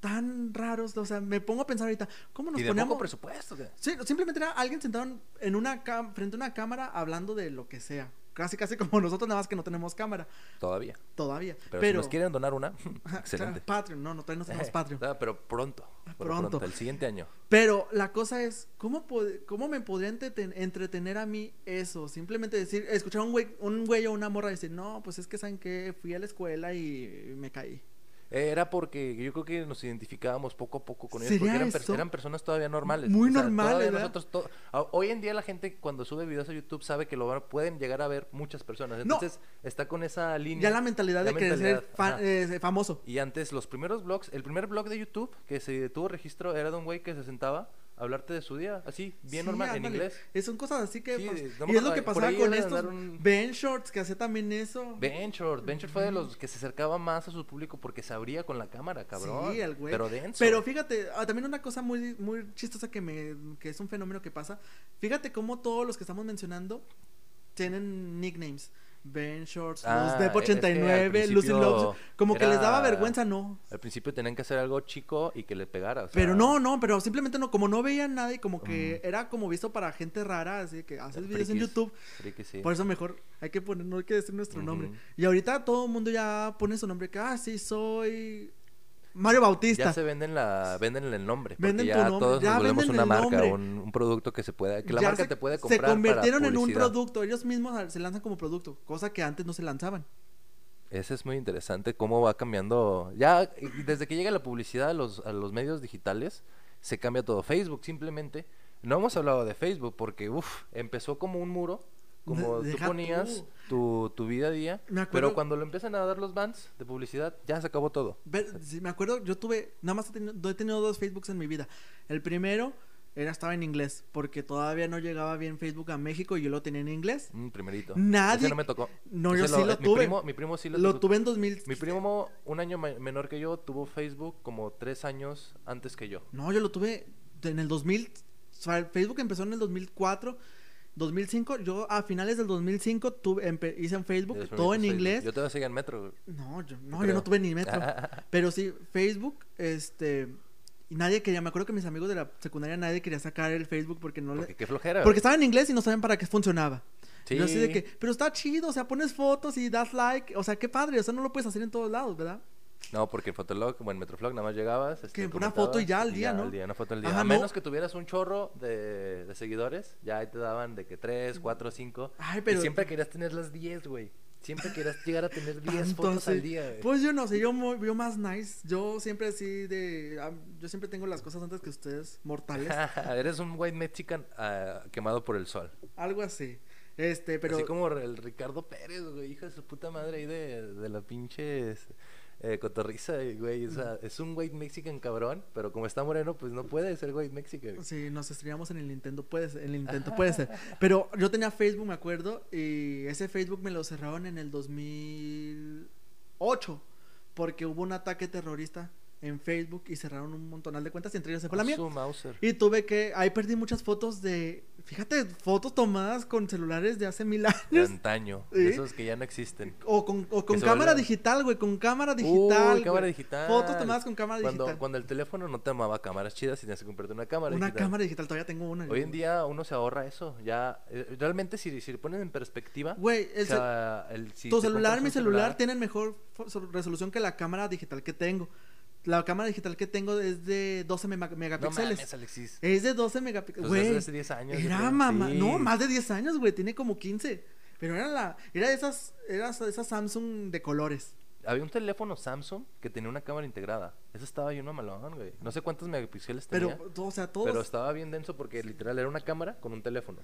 S3: tan raros. O sea, me pongo a pensar ahorita, ¿cómo nos
S2: Y de
S3: ponemos?
S2: poco presupuesto. ¿qué?
S3: Sí, simplemente era alguien sentado en- en una cam- frente a una cámara hablando de lo que sea. Casi, casi como nosotros, nada más que no tenemos cámara
S2: Todavía.
S3: todavía.
S2: Pero, si nos quieren donar una, excelente.
S3: Patreon, no, no, todavía no tenemos
S2: Eh,
S3: Patreon.
S2: ah, Pero pronto. pero
S3: Pronto.
S2: pronto. El siguiente año.
S3: Pero la cosa es, ¿cómo, pod- cómo me podría entreten- entretener a mí eso? Simplemente decir, escuchar a un güey, un güey o una morra decir, no, pues es que saben que fui a la escuela y me caí.
S2: Eh, Era porque yo creo que nos identificábamos poco a poco con ellos.
S3: ¿Sería
S2: Porque eran, per-
S3: eso?
S2: eran personas todavía normales.
S3: Muy
S2: todavía
S3: normales, ¿verdad?
S2: nosotros to- a- Hoy en día la gente cuando sube videos a YouTube sabe que lo van- pueden llegar a ver muchas personas.
S3: No.
S2: Entonces está con esa línea.
S3: ya la mentalidad
S2: la
S3: de querer ser
S2: mentalidad,
S3: fan-
S2: ajá.
S3: eh, famoso.
S2: Y antes los primeros blogs, el primer blog de YouTube que se tuvo registro era de un güey que se sentaba a hablarte de su día, así, bien
S3: Sí,
S2: normal, en
S3: ándale.
S2: inglés.
S3: Eh, son cosas así que...
S2: Sí,
S3: pas-
S2: no me
S3: y es lo
S2: acordaba,
S3: que
S2: por
S3: pasaba
S2: ahí
S3: con
S2: iban a
S3: estos
S2: dar un-
S3: Ben Shorts, que hacía también eso.
S2: Venture, Venture fue de los que se acercaba más a su público porque se abría con la cámara, cabrón.
S3: Sí, el güey.
S2: Pero denso.
S3: Pero fíjate, ah, también una cosa muy, muy chistosa que, me, que es un fenómeno que pasa. Fíjate cómo todos los que estamos mencionando tienen nicknames. Ben Shorts,
S2: Ah,
S3: Luz Dep
S2: es que al
S3: 89, Lucy
S2: principio
S3: Lobs. Como que les daba
S2: era-
S3: vergüenza, no.
S2: Al principio tenían que hacer algo chico y que le pegara. o sea,
S3: Pero no, no, pero simplemente no, como no veían nada y como que era como visto para gente rara, así que haces videos en
S2: frikis,
S3: YouTube.
S2: frikis, sí.
S3: Por eso mejor hay que poner, no hay que decir nuestro nombre.
S2: Ujú.
S3: Y ahorita todo el mundo ya pone su nombre, que ah, sí, soy Mario Bautista.
S2: Ya se venden la venden el nombre. Porque
S3: Venden tu
S2: ya
S3: nombre,
S2: todos
S3: ya
S2: nos volvemos
S3: venden
S2: una
S3: el
S2: marca,
S3: nombre.
S2: un, un producto que se pueda, que la
S3: ya
S2: marca
S3: se-
S2: te puede comprar.
S3: Se convirtieron
S2: para
S3: en un
S2: publicidad.
S3: producto, ellos mismos al- se lanzan como producto, cosa que antes no se lanzaban.
S2: Ese es muy interesante cómo va cambiando. Ya eh, desde que llega la publicidad a los, a los medios digitales, se cambia todo. Facebook simplemente. No hemos hablado de Facebook porque, uff, empezó como un muro. Como
S3: De-
S2: tú
S3: deja
S2: ponías Tu, tu vida a día.
S3: Me acuerdo-
S2: Pero cuando lo empiezan a dar los bans de publicidad, ya se acabó todo.
S3: Ver- sí, me acuerdo, yo tuve, nada más he tenido, do- he tenido dos Facebooks en mi vida. El primero era estaba en inglés, porque todavía no llegaba bien Facebook a México y yo lo tenía en inglés.
S2: Mm, primerito.
S3: Nadie-
S2: Ese no me tocó.
S3: No,
S2: Ese
S3: yo sí lo
S2: mi
S3: tuve.
S2: primo- mi primo sí lo,
S3: Lo,
S2: tuvo.
S3: tuve en 2000.
S2: Mi primo, un año ma- menor que yo, tuvo Facebook como tres años antes que yo.
S3: No, yo lo tuve en el 2000. o sea, Facebook empezó en el 2004. 2005, yo a finales del 2005 tuve, empe- hice en Facebook,
S2: Dios mío,
S3: todo en
S2: Facebook.
S3: inglés.
S2: Yo todavía seguía en Metro. güey.
S3: No, yo no, yo
S2: creo.
S3: no tuve ni metro. pero sí, Facebook, este. Y nadie quería, me acuerdo que mis amigos de la secundaria nadie quería sacar el Facebook porque no
S2: Porque
S3: le.
S2: qué flojera.
S3: Porque
S2: güey.
S3: estaba en inglés y no saben para qué funcionaba.
S2: Sí.
S3: Yo así de que, pero está chido, o sea, pones fotos y das like, o sea, qué padre, o sea, no lo puedes hacer en todos lados, ¿verdad?
S2: No, porque en Fotolog, como en Metroflog, nada más llegabas. este,
S3: Que una
S2: comentabas
S3: foto y ya al día, ¿no?
S2: una foto al día.
S3: Ajá,
S2: a
S3: no.
S2: menos que tuvieras un chorro de, de seguidores, ya ahí te daban de que tres, cuatro, cinco.
S3: Ay,
S2: Y
S3: pero-
S2: siempre querías tener las diez, güey. Siempre querías llegar a tener diez
S3: Tanto
S2: fotos
S3: así.
S2: al día, güey.
S3: Pues yo no sé, yo, muy- yo más nice, yo siempre así de, ah, yo siempre tengo las cosas antes que ustedes, mortales,
S2: Eres un white mexican ah, quemado por el sol.
S3: algo así, este, pero...
S2: Así como el Ricardo Pérez, güey, hijo de su puta madre ahí de, de la pinche eh, cotorriza, güey. O sea, es un white mexican cabrón, pero como está moreno, pues no puede ser white mexican.
S3: Sí, nos estrellamos en el Nintendo, puede ser, en el Nintendo puede ser. Pero yo tenía Facebook, me acuerdo, y ese Facebook me lo cerraron en el 2008 porque hubo un ataque terrorista en Facebook y cerraron un montonal de cuentas y entre ellos se fue la
S2: A
S3: mía.
S2: su Mauser.
S3: Y tuve que, ahí perdí muchas fotos de, fíjate, fotos tomadas con celulares de hace mil
S2: De
S3: años.
S2: antaño,
S3: ¿Sí?
S2: de esos que ya no existen.
S3: O con, o con
S2: se
S3: cámara
S2: volvieron.
S3: digital, güey, con cámara
S2: Uy,
S3: digital.
S2: cámara
S3: güey.
S2: digital.
S3: Fotos tomadas con cámara
S2: cuando,
S3: digital.
S2: Cuando el teléfono no te amaba cámaras chidas, y tenías que comprarte una cámara
S3: una
S2: digital.
S3: cámara digital, todavía tengo una.
S2: Hoy
S3: güey.
S2: en día uno se ahorra eso. Ya, eh, realmente, si, si lo pones en perspectiva,
S3: Güey, el
S2: o sea, el- si
S3: tu
S2: te
S3: celular,
S2: compras
S3: mi
S2: un
S3: celular, tienen mejor fo- so- resolución que la cámara digital que tengo. La cámara digital que tengo es de 12 mega-
S2: No
S3: megapíxeles.
S2: mames, Alexis.
S3: es de 12 megapíxeles.
S2: Pues
S3: Eh, Güey,
S2: hace, hace 10 años. yo
S3: era
S2: creo.
S3: mamá.
S2: Sí.
S3: No, más de 10 años, güey. Tiene como 15. Pero era la era de esas era de esas Samsung de colores.
S2: Había un teléfono Samsung que tenía una cámara integrada. Eso estaba yo no malón, güey. No sé cuántos megapíxeles tenía.
S3: Pero o sea, todos
S2: Pero estaba bien denso porque literal era una cámara con un teléfono.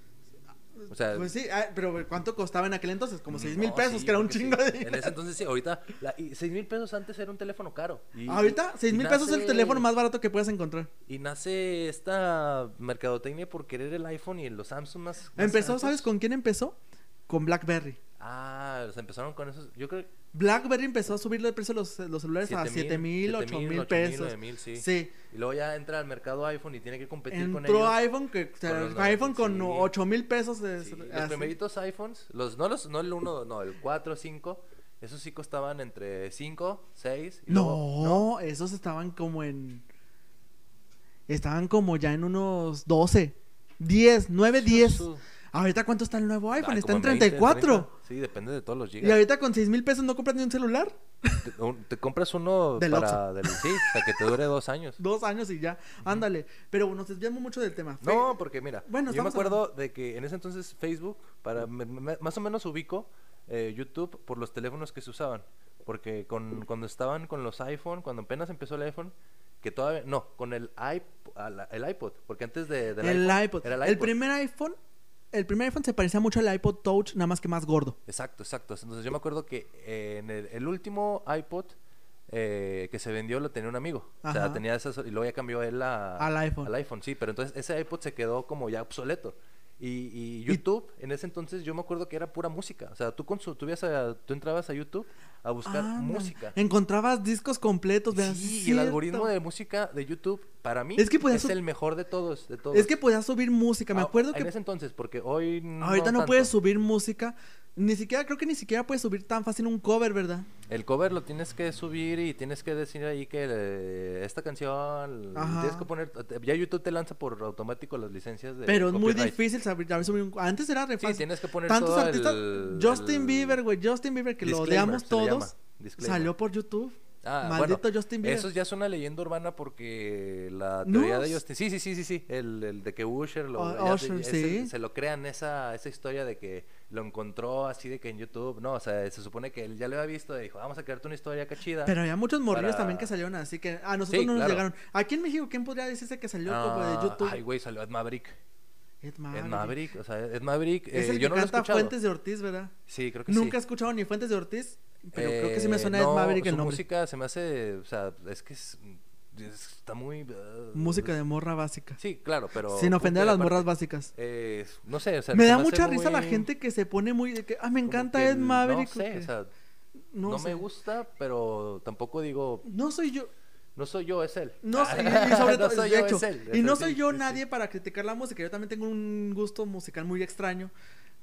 S2: O sea, Mm,
S3: Pues sí, ah, pero güey, ¿cuánto costaba en aquel entonces? Como 6 mil
S2: no,
S3: pesos,
S2: sí,
S3: que era un
S2: porque sí.
S3: chingo de
S2: En ese entonces sí, ahorita. La, y 6 mil pesos antes era un teléfono caro. Y-
S3: Ahorita, 6
S2: y
S3: mil pesos es el
S2: nace-
S3: teléfono más barato que puedes encontrar.
S2: Y nace esta mercadotecnia por querer el iPhone y los Samsung más. más
S3: Empezó,
S2: altos.
S3: ¿sabes con quién empezó? Con BlackBerry.
S2: Ah, se empezaron con esos. Yo creo
S3: BlackBerry empezó a subirle el precio de los, los celulares a 7 mil, 8 mil pesos.
S2: 9 mil, sí.
S3: Sí.
S2: Y luego ya entra al mercado iPhone y tiene que competir con ellos.
S3: Entró iPhone, que, o sea,
S2: Con los
S3: iPhone
S2: noventa,
S3: con
S2: sí.
S3: 8 mil pesos. de-
S2: Sí, los
S3: así.
S2: primeritos iPhones, los, no, los, no el 1, no, el 4, 5, esos sí costaban entre 5, 6 y
S3: no,
S2: luego-
S3: esos estaban como en. Estaban como ya en unos 12, 10, 9, 10.
S2: Su-
S3: Ahorita, ¿cuánto está el nuevo
S2: Ah,
S3: iPhone? está
S2: como
S3: en
S2: 20,
S3: 34.
S2: 30. Sí, depende de todos los
S3: Y
S2: gigas.
S3: ahorita con 6 mil pesos no compras ni un celular.
S2: Te, un- te compras uno
S3: Del
S2: para... Del, sí, para que te dure dos años.
S3: Dos años y ya. Ándale. Pero nos desviamos mucho del tema.
S2: No, porque mira,
S3: Bueno,
S2: yo me
S3: estamos
S2: acuerdo de que en ese entonces Facebook, para me- me- más o menos ubico eh, YouTube por los teléfonos que se usaban. Porque con, cuando estaban con los iPhone, cuando apenas empezó el iPhone, que todavía, no, con el, iP- al- el iPod, porque antes de, del
S3: el iPod.
S2: era el
S3: El
S2: iPod.
S3: primer iPhone, el primer iPhone se parecía mucho al iPod Touch, nada más que más gordo.
S2: Exacto, exacto. Entonces yo me acuerdo que eh, en el, el último iPod eh, que se vendió lo tenía un amigo. O
S3: Ajá.
S2: sea, tenía esas y luego ya cambió él a-
S3: Al iPhone.
S2: Al iPhone, sí. Pero entonces ese iPod se quedó como ya obsoleto. Y, y YouTube, en ese entonces yo me acuerdo que era pura música. O sea, tú, consu- tú, ibas a- tú entrabas a YouTube a buscar
S3: Ándale.
S2: música.
S3: Ah, Encontrabas discos completos. ¿verdad?
S2: Sí, y el
S3: Cierto.
S2: algoritmo de música de YouTube, para mí,
S3: Es que podías
S2: es
S3: sub-
S2: el mejor de todos. De todos.
S3: Es que podías subir música. Me
S2: Ah,
S3: acuerdo
S2: En
S3: que
S2: ese entonces, porque hoy. No
S3: ahorita no,
S2: tanto.
S3: puedes subir música. Ni siquiera, creo que ni siquiera puedes subir tan fácil un cover, ¿verdad?
S2: El cover lo tienes que subir y tienes que decir ahí que eh, esta canción
S3: Ajá.
S2: tienes que poner ya YouTube te lanza por automático las licencias de
S3: Pero es muy
S2: copyright.
S3: difícil saber, saber subir un Antes era re
S2: Sí,
S3: fácil.
S2: tienes que poner
S3: Tantos
S2: todo
S3: artistas.
S2: el-
S3: Justin
S2: el
S3: Bieber, güey. Justin Bieber, que lo
S2: disclaimer,
S3: odiamos
S2: se le llama,
S3: todos.
S2: disclaimer.
S3: Salió por YouTube.
S2: Ah,
S3: Maldito
S2: bueno,
S3: Justin Bieber.
S2: Eso ya es una leyenda urbana porque la
S3: No,
S2: teoría de
S3: es-
S2: Justin. Sí, sí, sí, sí, sí. El, el de que Usher lo.
S3: O-
S2: ya te-
S3: Usher,
S2: ese-
S3: sí.
S2: Se lo crean esa, esa historia de que lo encontró así de que en YouTube, no, o sea, se supone que él ya lo había visto y dijo, vamos a crearte una historia acá chida.
S3: Pero había muchos morrillos
S2: Para-
S3: también que salieron, así que a nosotros
S2: Sí,
S3: no nos
S2: claro.
S3: llegaron. Aquí en México, ¿quién podría decirse que salió como
S2: Ah,
S3: de YouTube?
S2: Ay, güey, salió Ed Maverick.
S3: Ed
S2: Ed
S3: Maverick.
S2: Maverick, o sea, Ed Maverick,
S3: Es
S2: eh,
S3: el
S2: yo
S3: que
S2: no lo he
S3: canta
S2: escuchado.
S3: Fuentes de Ortiz, ¿verdad?
S2: Sí, creo que sí.
S3: Nunca he escuchado ni Fuentes de Ortiz, pero creo que sí me
S2: Eh,
S3: suena
S2: no,
S3: Ed Maverick el
S2: su
S3: nombre.
S2: música se me hace, o sea, es que es- es- está muy... eh,
S3: Música de morra básica.
S2: Sí, claro, pero...
S3: Sin ofender a
S2: punto
S3: las
S2: y
S3: morras
S2: aparte.
S3: básicas.
S2: Eh, no sé, o sea...
S3: me
S2: se
S3: da
S2: hace
S3: mucha risa la
S2: muy-
S3: gente que se pone muy de que, ah, me
S2: como
S3: encanta
S2: que
S3: Ed Maverick.
S2: No sé,
S3: porque-
S2: o sea,
S3: no
S2: no,
S3: sé.
S2: me gusta, pero tampoco digo,
S3: No soy yo,
S2: no soy yo, es él.
S3: no soy, y sobre
S2: Ah, No
S3: todo,
S2: soy
S3: de
S2: yo,
S3: hecho,
S2: es él.
S3: y no
S2: Sí,
S3: soy yo
S2: sí,
S3: nadie
S2: sí.
S3: para criticar la música, yo también tengo un gusto musical muy extraño,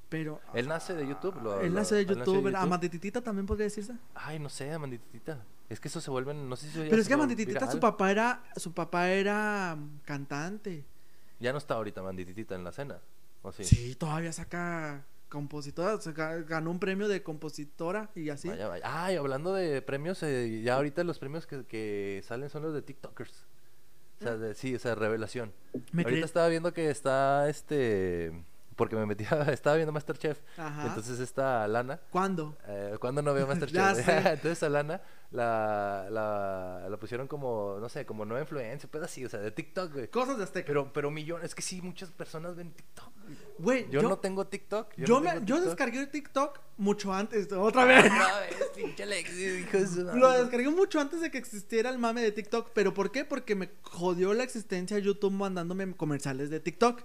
S3: pero...
S2: Él nace de YouTube, lo-
S3: Él
S2: lo-
S3: nace de
S2: él nace de
S3: YouTube,
S2: YouTube.
S3: Amandititita también podría decirse.
S2: Ay, no sé, Amandititita. Es que eso se vuelven, no sé si... eso ya
S3: Pero es
S2: se
S3: que
S2: vuelve
S3: Amandititita, su
S2: viral.
S3: papá era, su papá era mm, cantante.
S2: Ya no está ahorita Amandititita en la cena, ¿o sí?
S3: Sí, todavía saca compositora, se ga- ganó un premio de compositora y así.
S2: Vaya, vaya. Ay, hablando de premios, eh, ya ahorita los premios que, que salen son los de TikTokers. O sea, de- sí, o sea, revelación.
S3: Me
S2: ahorita
S3: creí-
S2: estaba viendo que está este. Porque me metía, estaba viendo Masterchef.
S3: Ajá.
S2: Entonces esta Lana.
S3: ¿Cuándo?
S2: Eh, ¿Cuándo no veo
S3: Ya
S2: Masterchef?
S3: sé.
S2: Entonces a Lana la, la, la pusieron como, no sé, como nueva influencer, pues así, o sea, de TikTok, güey.
S3: Cosas de Azteca.
S2: Pero, pero millones, es que sí, muchas personas ven TikTok. güey.
S3: Güey,
S2: Yo, no tengo TikTok.
S3: Yo,
S2: no
S3: me,
S2: tengo
S3: yo
S2: TikTok.
S3: descargué TikTok mucho antes, otra vez.
S2: Otra vez, pinche Alexis, hijo de su
S3: Lo
S2: madre.
S3: descargué mucho antes de que existiera el mame de TikTok. ¿Pero por qué? Porque me jodió la existencia YouTube mandándome comerciales de TikTok.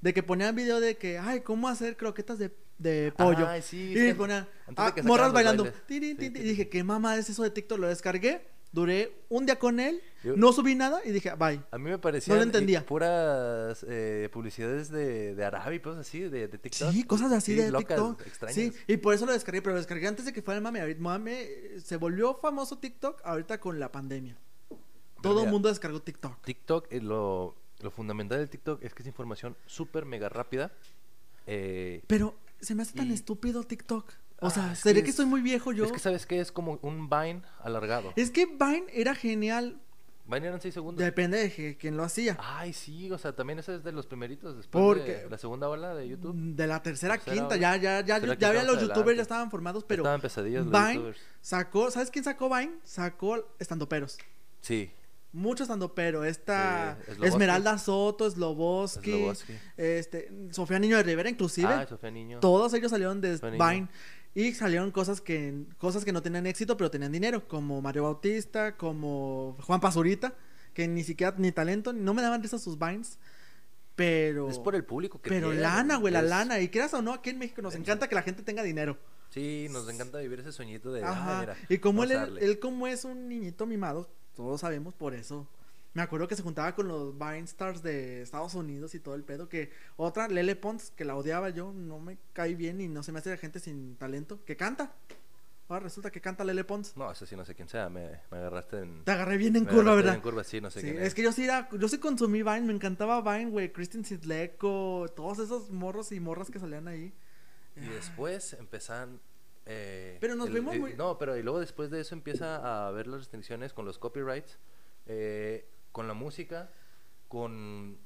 S3: De que ponían video de que, ay, ¿cómo hacer croquetas de, de pollo?
S2: Ay, sí,
S3: y
S2: es que
S3: ponían,
S2: antes de
S3: ah,
S2: que sacaran
S3: morras
S2: los
S3: bailando.
S2: bailes.
S3: Tirin,
S2: Sí,
S3: tin, tin.
S2: sí,
S3: Y dije, ¿qué mamá es eso de TikTok? Lo descargué, duré un día con él,
S2: Yo-
S3: no subí nada y dije, bye.
S2: A mí me parecían
S3: entendía.
S2: eh, puras eh, publicidades de, de Arabia y cosas así, de, de TikTok.
S3: Sí, cosas así
S2: Sí,
S3: de
S2: locas,
S3: TikTok.
S2: Extrañas.
S3: Sí, y por eso lo descargué, pero lo descargué antes de que fuera el mame. Ahorita mame eh, se volvió famoso TikTok ahorita con la pandemia. Todo el
S2: mira,
S3: mundo descargó TikTok.
S2: TikTok, eh, lo, lo fundamental del TikTok es que es información súper mega rápida. Eh,
S3: Pero se me hace tan
S2: Y-
S3: estúpido TikTok. O
S2: Mm. Ah,
S3: sea,
S2: es
S3: ¿seré
S2: que
S3: que
S2: es-
S3: soy muy viejo yo?
S2: Es que sabes que es como un Vine alargado.
S3: Vine era genial.
S2: Vine eran 6 segundos.
S3: Depende de que- quién lo hacía.
S2: Ay, sí, o sea, también ese es de los primeritos. Después
S3: Porque-
S2: de la segunda ola de YouTube.
S3: De la tercera,
S2: Tercera
S3: quinta,
S2: ola.
S3: ya, ya, ya,
S2: Tercera,
S3: ya había
S2: quinta
S3: los
S2: más
S3: youtubers, ya
S2: adelante.
S3: estaban formados, pero
S2: Estaban pesadillas los
S3: Vine
S2: youtubers.
S3: sacó, ¿sabes quién sacó Vine? Sacó estandoperos.
S2: Sí.
S3: Muchos pero Esta
S2: Sí, Sloboski.
S3: Esmeralda Soto, Sloboski,
S2: Sloboski.
S3: este, Sofía Niño de Rivera, inclusive.
S2: Ah, Sofía Niño.
S3: todos ellos salieron de
S2: Sofía Niño.
S3: Vine. Y salieron cosas que, cosas que no tenían éxito, pero tenían dinero. Como Mario Bautista, como Juan Pazurita, que ni siquiera ni talento, no me daban risa sus Vines. Pero.
S2: Es por el público que
S3: pero
S2: tiene,
S3: lana, güey, la
S2: es-
S3: lana. Y creas o no, aquí en México nos encanta que la gente tenga dinero.
S2: Sí, nos encanta vivir ese sueñito de.
S3: Ajá.
S2: "Ah, mira,
S3: y como
S2: vamos
S3: él,
S2: a
S3: era-
S2: darle".
S3: él como es un niñito mimado, todos sabemos por eso. Me acuerdo que se juntaba con los Vine Stars de Estados Unidos y todo el pedo. Que otra, Lele Pons, que la odiaba yo, no me cae bien y no se me hace de gente sin talento, que canta. Ahora resulta que canta Lele Pons.
S2: No, eso sí, no sé quién sea. Me, me agarraste en.
S3: Te agarré bien en
S2: me
S3: curva,
S2: agarraste
S3: ¿verdad?
S2: En curva, sí, no sé
S3: Sí,
S2: quién
S3: es que yo sí era, yo sí consumí Vine, me encantaba Vine, güey, Kristen Sidleco, todos esos morros y morras que salían ahí.
S2: Y después empiezan. eh,
S3: Pero nos
S2: el-
S3: vemos
S2: eh,
S3: muy-
S2: No, pero y luego después de eso empieza a haber las restricciones con los copyrights, eh, con la música, con.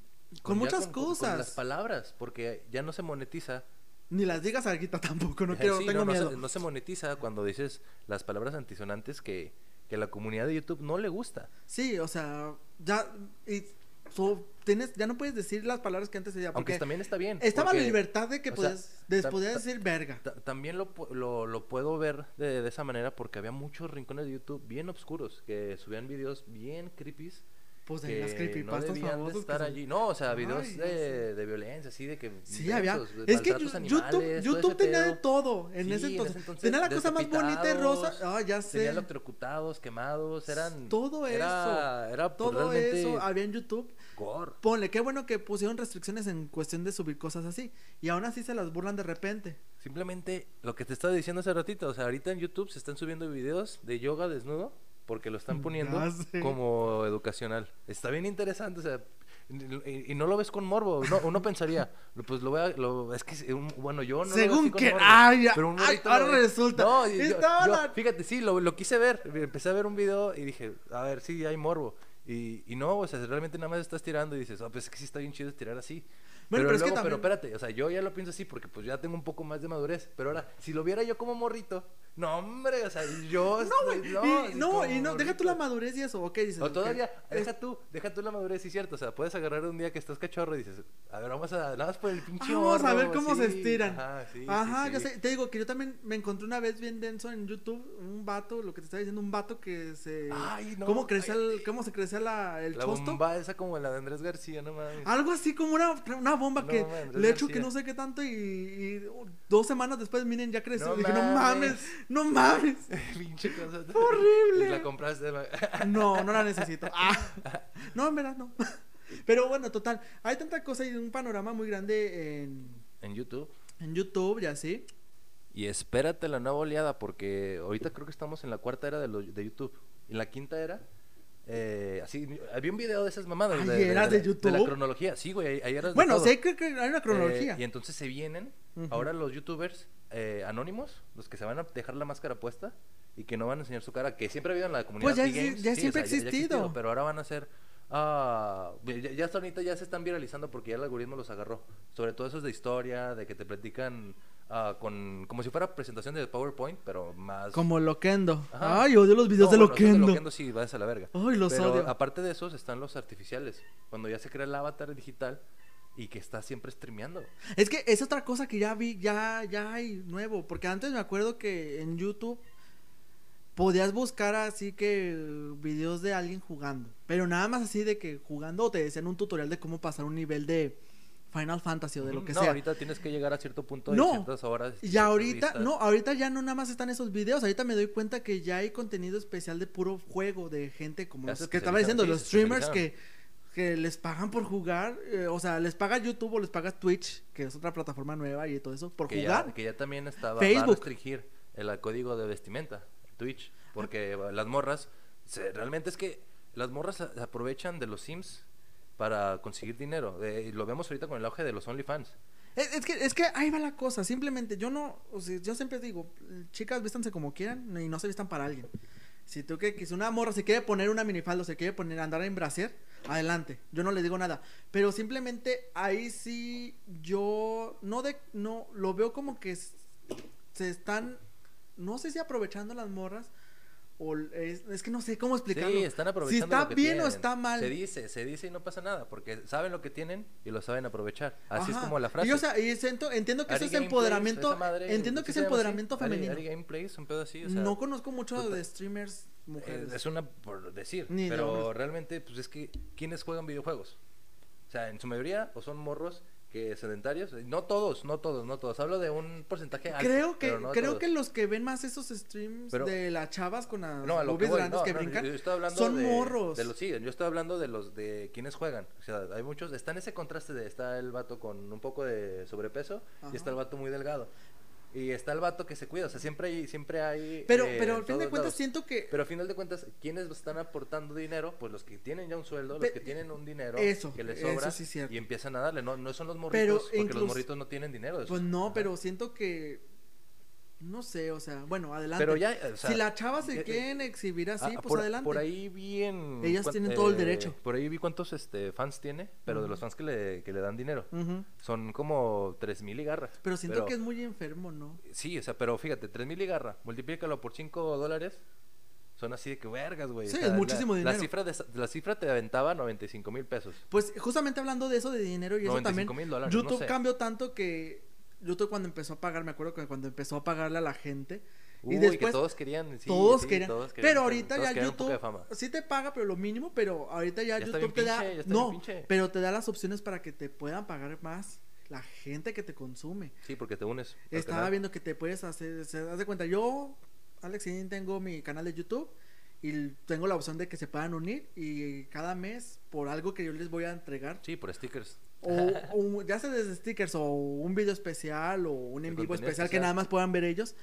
S3: Con
S2: ya
S3: muchas
S2: Con las
S3: cosas.
S2: palabras, porque ya no se monetiza.
S3: Ni las digas Arguita tampoco, no
S2: Eh,
S3: quiero,
S2: sí,
S3: tengo
S2: no, no se-
S3: miedo.
S2: No se, monetiza cuando dices las palabras antisonantes que, que la comunidad de YouTube no le gusta.
S3: Sí, o sea, ya y so- tienes, ya no puedes decir las palabras que antes decía
S2: Aunque
S3: porque
S2: también está bien.
S3: estaba
S2: porque-
S3: la libertad de que
S2: o sea,
S3: podías, des-
S2: tam-
S3: podías
S2: tam-
S3: decir verga.
S2: Ta- También lo, pu- lo, lo puedo ver de, de esa manera porque había muchos rincones de YouTube bien oscuros que subían videos bien creepies
S3: Pues de
S2: que
S3: las
S2: no
S3: creepypastas
S2: debían de
S3: famosas que
S2: estar
S3: son-
S2: allí. No, o sea,
S3: Ay,
S2: videos
S3: ya
S2: de, de violencia, así de que...
S3: Sí, había.
S2: intensos, de
S3: Es que
S2: maltratos
S3: Yu-
S2: animales,
S3: YouTube,
S2: todo
S3: YouTube
S2: ese
S3: tenía de
S2: pedo.
S3: todo en
S2: Sí,
S3: ese entonces.
S2: entonces,
S3: Tenía la cosa más bonita y rosa.
S2: decapitados,
S3: Ah, ya
S2: Tenía
S3: sé.
S2: electrocutados, quemados, eran...
S3: Todo
S2: era,
S3: eso.
S2: Era pues,
S3: Todo
S2: realmente
S3: eso había en YouTube.
S2: gore.
S3: Ponle, qué bueno que pusieron restricciones en cuestión de subir cosas así. Y aún así se las burlan de repente.
S2: Simplemente lo que te estaba diciendo hace ratito, o sea, ahorita en YouTube se están subiendo videos de yoga desnudo porque lo están poniendo
S3: Ya sé.
S2: como educacional. Está bien interesante, o sea, y, y no lo ves con morbo, no, uno pensaría, "Lo- pues lo voy a, lo- es que es un- bueno, yo no lo veo
S3: Según
S2: así con
S3: que-
S2: morbo,
S3: ay,
S2: pero un
S3: ay,
S2: morrito lo
S3: ahora
S2: ve.
S3: resulta.
S2: No, y yo-
S3: Estaba
S2: yo-
S3: la-
S2: fíjate, sí, lo, lo quise ver, empecé a ver un video y dije, a ver, sí, hay morbo. Y, y no, o sea, realmente nada más estás tirando y dices, ah, pues es que sí está bien chido tirar así.
S3: Bueno, pero,
S2: pero,
S3: es que
S2: luego, pero
S3: también.
S2: espérate, o sea, yo ya lo pienso así porque pues ya tengo un poco más de madurez. Pero ahora, si lo viera yo como morrito, no, hombre, o sea, yo.
S3: no, güey.
S2: estoy-
S3: y-
S2: así
S3: No,
S2: como
S3: y no, deja tú
S2: morrito.
S3: la madurez y eso. Ok, dices.
S2: O
S3: ok,
S2: todavía,
S3: es-
S2: deja tú, deja tú la madurez, sí, cierto. O sea, puedes agarrar un día que estás cachorro y dices, a ver, vamos a, nada más por el pinche
S3: Ah, Vamos a
S2: morro,
S3: ver cómo se
S2: sí,
S3: estiran.
S2: Ajá, sí, sí,
S3: Ajá,
S2: sí.
S3: ya sé. Te digo que yo también me encontré una vez bien denso en YouTube un vato, lo que te estaba diciendo, un vato que se.
S2: Ay, no,
S3: ¿Cómo crece
S2: cállate.
S3: el, cómo se crece la, el
S2: La
S3: chosto? Ah.
S2: bomba esa como la de Andrés García, no mames.
S3: Algo así como una, una bomba
S2: No,
S3: que
S2: mames, Andrés
S3: le echo que
S2: García.
S3: no sé qué tanto y, y dos semanas después, miren, ya creció.
S2: No
S3: dije, no
S2: mames.
S3: mames, no mames.
S2: Pinche cosa.
S3: Horrible.
S2: La compraste. ma-
S3: No, no la necesito. Ah. No, en verdad no. Pero bueno, total, hay tanta cosa y un panorama muy grande en,
S2: en YouTube.
S3: en YouTube y así.
S2: Y espérate la nueva oleada, porque ahorita creo que estamos en la cuarta era de, lo- de YouTube. Y la quinta era. eh, así, había un video de esas mamadas.
S3: Ay,
S2: de, de-
S3: ¿eras
S2: de
S3: de
S2: la- De la
S3: YouTube?
S2: cronología, sí, güey. ahí- ahí eras de
S3: Bueno,
S2: todo.
S3: sí, creo que hay una
S2: Eh,
S3: cronología.
S2: y entonces se vienen
S3: Ujú.
S2: ahora los youtubers eh, anónimos, los que se van a dejar la máscara puesta y que no van a enseñar su cara, que siempre ha habido en la comunidad.
S3: Pues ya
S2: P
S3: exi-
S2: Games,
S3: ya
S2: sí,
S3: siempre
S2: o
S3: ha
S2: sea, ya- ya ha
S3: existido.
S2: Pero ahora van a ser. ah, ya, ya hasta ahorita ya se están viralizando porque ya el algoritmo los agarró. Sobre todo esos de historia, de que te platican ah, con como si fuera presentación de PowerPoint, pero más.
S3: Como Loquendo.
S2: Ajá.
S3: Ay, odio los videos
S2: No,
S3: de
S2: bueno, esos
S3: Loquendo.
S2: sí, vas a la verga.
S3: Ay, los
S2: Pero
S3: odio.
S2: aparte de esos están los artificiales. Cuando ya se crea el avatar digital y que está siempre streameando.
S3: Es que es otra cosa que ya vi, ya, ya hay nuevo. Porque antes me acuerdo que en YouTube podías buscar así que eh, videos de alguien jugando. Pero nada más así de que jugando o te decían un tutorial de cómo pasar un nivel de Final Fantasy o de lo
S2: Ujú.
S3: que
S2: no,
S3: sea.
S2: ahorita tienes que llegar a cierto punto
S3: No.
S2: y ciertas horas.
S3: Y
S2: ciertas
S3: ahorita,
S2: vistas.
S3: no, ahorita ya no nada más están esos videos. Ahorita me doy cuenta que ya hay contenido especial de puro juego, de gente como
S2: Ya
S3: los
S2: se
S3: que estaba diciendo,
S2: especializaron, sí,
S3: los
S2: se
S3: streamers que, que les pagan por jugar. eh, o sea, les paga YouTube o les paga Twitch, que es otra plataforma nueva y todo eso, por
S2: que
S3: jugar.
S2: Ya, que ya también estaba va a
S3: Facebook. Ah.
S2: restringir el código de vestimenta, Twitch, porque las morras, se- realmente es que las morras se aprovechan de los Sims para conseguir dinero. Eh, y lo vemos ahorita con el auge de los OnlyFans.
S3: Es, es que, es que ahí va la cosa, simplemente yo no, o sea, yo siempre digo, chicas, vístanse como quieran y no se vistan para alguien. Si tú que, que si una morra se quiere poner una minifalda, o se quiere poner andar en brasier, adelante, yo no le digo nada, pero simplemente ahí sí yo no de no lo veo como que s- se están no sé si aprovechando las morras o l- es, es que no sé cómo explicarlo.
S2: Sí, están aprovechando.
S3: Si está
S2: lo que
S3: bien o
S2: tienen.
S3: está mal.
S2: Se dice, se dice y no pasa nada, porque saben lo que tienen y lo saben aprovechar. Así es
S3: Ajá.
S2: como la frase.
S3: Y, o sea, y siento- entiendo que
S2: Ari
S3: eso es
S2: Gameplays,
S3: empoderamiento.
S2: esa madre,
S3: entiendo
S2: ¿sí
S3: que es
S2: se llama así?
S3: empoderamiento
S2: Ari-
S3: femenino.
S2: Ari Gameplays, un pedo así. o sea,
S3: no conozco mucho
S2: total.
S3: de streamers
S2: Eh,
S3: mujeres.
S2: Es una por decir,
S3: Ni de
S2: pero
S3: hombres.
S2: realmente pues es que ¿quiénes juegan videojuegos? O sea, en su mayoría o son morros que sedentarios, eh, no todos, no todos, no todos. Hablo de un porcentaje alto.
S3: creo que
S2: pero no
S3: creo
S2: todos.
S3: que los que ven más esos streams
S2: Pero-
S3: de las chavas con las
S2: no, a lo que
S3: boobies
S2: voy,
S3: grandes
S2: no,
S3: que
S2: no,
S3: brincan
S2: yo estoy hablando
S3: son
S2: de-
S3: morros.
S2: De los sí, yo estoy hablando de los de quienes juegan. O sea, hay muchos, está en ese contraste de está el vato con un poco de sobrepeso
S3: Ajá.
S2: y está el vato muy delgado. Y está el vato que se cuida, o sea, siempre hay siempre hay
S3: pero
S2: eh,
S3: pero
S2: en
S3: al fin de
S2: todos
S3: cuentas
S2: lados.
S3: siento que
S2: Pero a final de cuentas, ¿quiénes están aportando dinero? Pues los que tienen ya un sueldo, los
S3: Pe-
S2: que tienen un dinero
S3: eso,
S2: que les
S3: eso
S2: sobra
S3: sí es cierto.
S2: y empiezan a darle. No, no son los morritos,
S3: Pero
S2: porque
S3: incluso-
S2: los morritos no tienen dinero. esos-
S3: pues no,
S2: ajá.
S3: pero siento que no sé, o sea, bueno, adelante.
S2: Pero ya, o sea,
S3: si las chavas se
S2: eh, eh,
S3: quieren exhibir así,
S2: ah,
S3: pues
S2: por,
S3: adelante.
S2: Por ahí vi en...
S3: Ellas
S2: cuan-
S3: tienen todo el derecho.
S2: Por ahí vi cuántos este, fans tiene, pero de los fans que le, que le dan dinero.
S3: Ujú.
S2: Son como 3.000 y garra.
S3: Pero siento que es muy enfermo, ¿no?
S2: Sí, o sea, pero fíjate, 3.000 y garra, multiplícalo por 5 dólares. Son así de que vergas, güey. o
S3: Sí,
S2: sea,
S3: es
S2: la-
S3: muchísimo
S2: la,
S3: dinero.
S2: cifra de esa- la cifra te aventaba 95 mil pesos.
S3: Pues justamente hablando de eso de dinero y eso
S2: 95
S3: también,
S2: mil dólares,
S3: YouTube
S2: no sé.
S3: cambió tanto que YouTube cuando empezó a pagar, me acuerdo que cuando empezó a pagarle a la gente
S2: Uy,
S3: y después
S2: que todos querían, sí,
S3: todos
S2: sí,
S3: querían,
S2: todos querían,
S3: pero ahorita
S2: todos
S3: ya
S2: querían un poco
S3: YouTube
S2: de fama.
S3: sí te paga, pero lo mínimo, pero ahorita ya,
S2: Ya está
S3: YouTube
S2: bien
S3: te da
S2: pinche, ya está
S3: no,
S2: bien pinche.
S3: pero te da las opciones para que te puedan pagar más la gente que te consume.
S2: Sí, porque te unes. al
S3: Estaba
S2: canal.
S3: viendo que te puedes hacer, se das de cuenta, yo, Alex Inin, tengo mi canal de YouTube y tengo la opción de que se puedan unir y cada mes por algo que yo les voy a entregar
S2: Sí, por stickers.
S3: o, o ya sea desde stickers o un video especial o un en
S2: El
S3: vivo
S2: contenido
S3: especial, que
S2: especial.
S3: nada más puedan ver ellos,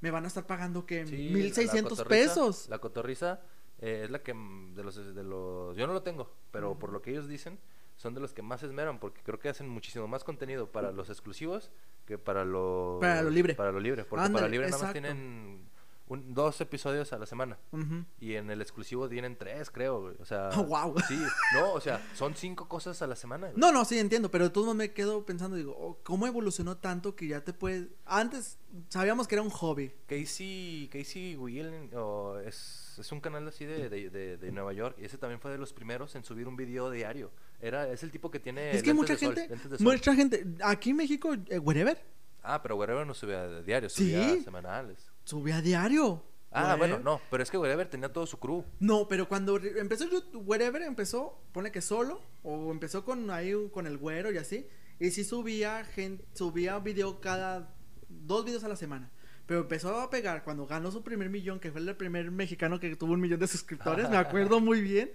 S3: me van a estar pagando que
S2: Sí, la- la
S3: 1600
S2: cotorriza-
S3: pesos.
S2: La cotorriza eh, es la que mm, de los, de los... Yo no lo tengo, pero por lo que ellos dicen, son de los que más se esmeran porque creo que hacen muchísimo más contenido para los exclusivos que para lo...
S3: Para lo libre.
S2: Para lo libre, porque
S3: Ándale,
S2: para libre nada más
S3: exacto.
S2: tienen un- dos episodios a la semana.
S3: Ujú.
S2: Y en el exclusivo tienen tres, creo, güey. O sea.
S3: Guau.
S2: Sí, no, o sea, son cinco cosas a la semana. güey.
S3: No, no, sí, entiendo, pero de todos modos me quedo pensando, digo, oh, ¿cómo evolucionó tanto que ya te puedes... Antes sabíamos que era un hobby.
S2: Casey, Casey Wheeling, o es, es un canal así de, de, de- de Nueva York. Y ese también fue de los primeros en subir un video diario. Era, es el tipo que tiene.
S3: es que
S2: Eh, lentes
S3: mucha
S2: de sol,
S3: gente,
S2: lentes de sol.
S3: mucha gente, aquí en México, eh, wherever,
S2: Ah, pero Wherever no subía de diario,
S3: Sí.
S2: subía semanales.
S3: subía a diario.
S2: Ah,
S3: Wherever.
S2: bueno, no, pero es que Wherever tenía todo su crew.
S3: No, pero cuando re- empezó YouTube, Wherever empezó, pone que solo, o empezó con ahí un- con el güero y así, y sí subía gente, subía video cada dos videos a la semana. Pero empezó a pegar cuando ganó su primer millón, que fue el primer mexicano que tuvo un millón de suscriptores, me acuerdo muy bien.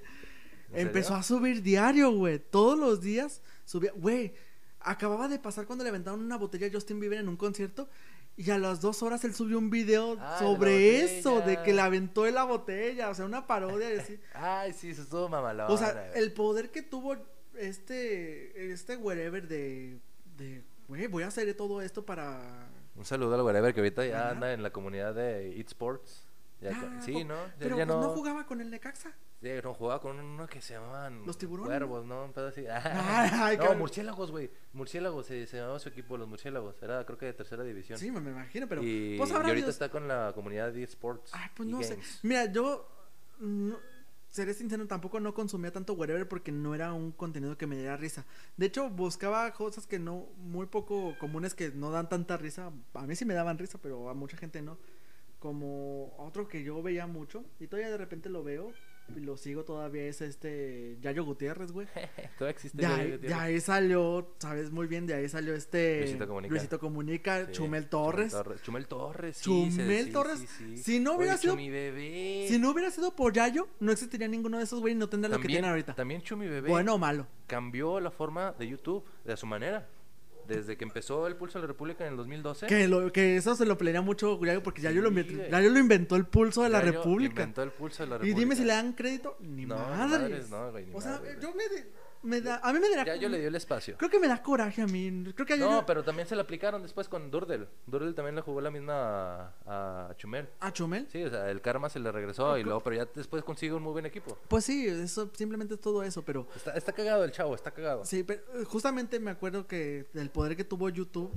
S2: ¿En
S3: Empezó
S2: serio?
S3: a subir diario, güey. Todos los días subía. Güey, acababa de pasar cuando le aventaron una botella a Justin Bieber en un concierto. Y a las dos horas él subió un video
S2: Ah, de la
S3: sobre eso, de
S2: botella.
S3: que le aventó en la botella. O sea, una parodia y así.
S2: Ay, sí, eso estuvo mamalón.
S3: O sea, el poder que tuvo este, este wherever de, de, güey, voy a hacer todo esto para...
S2: Un saludo al Wherever que ahorita ya
S3: Ajá.
S2: anda en la comunidad de eSports. Ya
S3: Ah,
S2: con- sí,
S3: po-
S2: ¿no? Ya-
S3: Pero
S2: ya
S3: pues, no... jugaba con el Necaxa.
S2: Sí, no jugaba con uno que se llamaban.
S3: Los tiburones, Ah,
S2: Cuervos, ¿no? Un pedo así.
S3: Ay,
S2: no,
S3: cabrón.
S2: murciélagos, güey. Murciélagos, se, se llamaba su equipo, los murciélagos. Era, creo que de tercera división.
S3: Sí, me, me imagino, pero...
S2: y,
S3: pues
S2: y
S3: habrá
S2: ahorita
S3: habido-
S2: está con la comunidad de eSports.
S3: Ay, pues
S2: y
S3: no sé.
S2: games.
S3: Mira, yo no- seré sincero, tampoco no consumía tanto whatever porque no era un contenido que me diera risa. De hecho, buscaba cosas que no, muy poco comunes que no dan tanta risa. A mí sí me daban risa, pero a mucha gente no. Como otro que yo veía mucho, y todavía de repente lo veo, y lo sigo todavía, es este Yayo Gutiérrez, güey.
S2: Todavía existe.
S3: De
S2: yo
S3: ahí,
S2: digo,
S3: de
S2: tío.
S3: ahí salió, sabes muy bien, de ahí salió este
S2: Luisito Comunica.
S3: Comunica,
S2: Sí,
S3: Chumel Torres.
S2: Chumel Torres. sí,
S3: Chumel
S2: se- sí,
S3: Torres,
S2: sí, sí.
S3: si no hubiera
S2: Oye,
S3: sido-
S2: Chumi bebé.
S3: Si no hubiera sido por Yayo, no existiría ninguno de esos, güey, y no tendría lo que tienen ahorita.
S2: También Chumi Bebé
S3: Bueno o malo.
S2: cambió la forma de YouTube de a su manera. Desde que empezó el Pulso de la República en el 2012.
S3: Que, lo, que eso se lo pelea mucho Yayo porque Yayo, lo,
S2: Sí,
S3: inventó-
S2: güey.
S3: Yayo lo inventó el pulso de la
S2: Yayo
S3: República.
S2: Inventó el Pulso de la
S3: Y
S2: República.
S3: dime si le dan crédito, ni
S2: No, ni
S3: madres.
S2: madres, no, güey, ni
S3: o sea,
S2: madres, güey.
S3: yo me, de- me da, a mí me dará
S2: Ya yo le dio el espacio.
S3: Creo que me da coraje a mí. Creo que a Yayo-
S2: No, pero también se la aplicaron después con Durdel. Durdel también le jugó la misma a, a Chumel.
S3: a Chumel.
S2: Sí, o sea, el karma se le regresó y luego, pero ya después consigue un muy buen equipo.
S3: Pues sí, eso simplemente es todo eso, pero
S2: Está, está cagado el chavo, está cagado.
S3: Sí, pero eh, justamente me acuerdo que del poder que tuvo YouTube,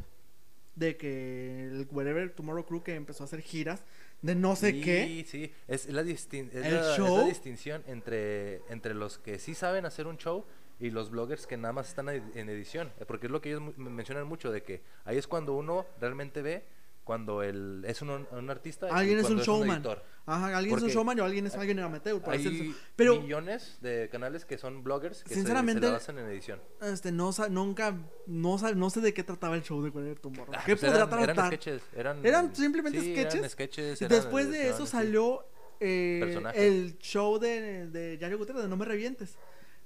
S3: de que el Wherever Tomorrow Crew que empezó a hacer giras de no sé
S2: sí,
S3: qué.
S2: Sí, es la, distin- es
S3: El
S2: la- es la
S3: show.
S2: distinción entre, entre los que sí saben hacer un show y los bloggers que nada más están ed- en edición. Eh, Porque es lo que ellos mu- mencionan mucho, de que ahí es cuando uno realmente ve cuando el, es un, un artista y
S3: Alguien es un
S2: cuando
S3: showman.
S2: editor.
S3: Ajá, alguien es un
S2: Porque
S3: showman o alguien es alguien amateur. por así
S2: Hay
S3: decirlo. Pero
S2: millones de canales que son bloggers que se-
S3: Sinceramente-
S2: se, la basan en edición.
S3: este, no sa- nunca, no, sa- no sé de qué trataba el show de Wherever Tomorrow. ¿Qué
S2: Pues
S3: podrá
S2: eran,
S3: tratar?
S2: Eran sketches. Eran,
S3: Eran simplemente
S2: sí,
S3: sketches.
S2: Eran sketches
S3: Y
S2: eran
S3: Después de eso
S2: ediciones, sí.
S3: salió eh,
S2: Personajes.
S3: el show de, de Yayo Gutiérrez de No Me Revientes.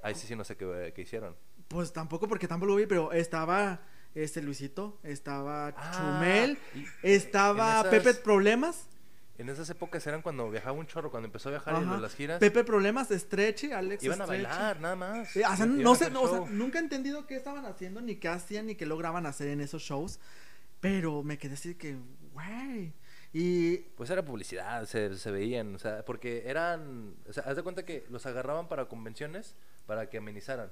S2: Ahí sí, sí, no sé qué, qué hicieron.
S3: Pues tampoco porque tampoco lo vi, pero estaba este Luisito, estaba Chumel,
S2: Ah, y-
S3: estaba
S2: en esas-
S3: Pepe Problemas,
S2: En esas épocas eran cuando viajaba un chorro, cuando empezó a viajar y
S3: ajá,
S2: lo de las giras.
S3: Pepe Problemas, Estreche, Alex
S2: iban a
S3: Estreche.
S2: bailar, nada más.
S3: Eh, o sea,
S2: Iban
S3: no
S2: a
S3: sé,
S2: hacer
S3: no, o sea,
S2: show.
S3: nunca he entendido qué estaban haciendo, ni qué hacían, ni qué lograban hacer en esos shows, pero me quedé así de que, güey, y
S2: Pues era publicidad, se, se veían, o sea, porque eran, o sea, haz de cuenta que los agarraban para convenciones para que amenizaran.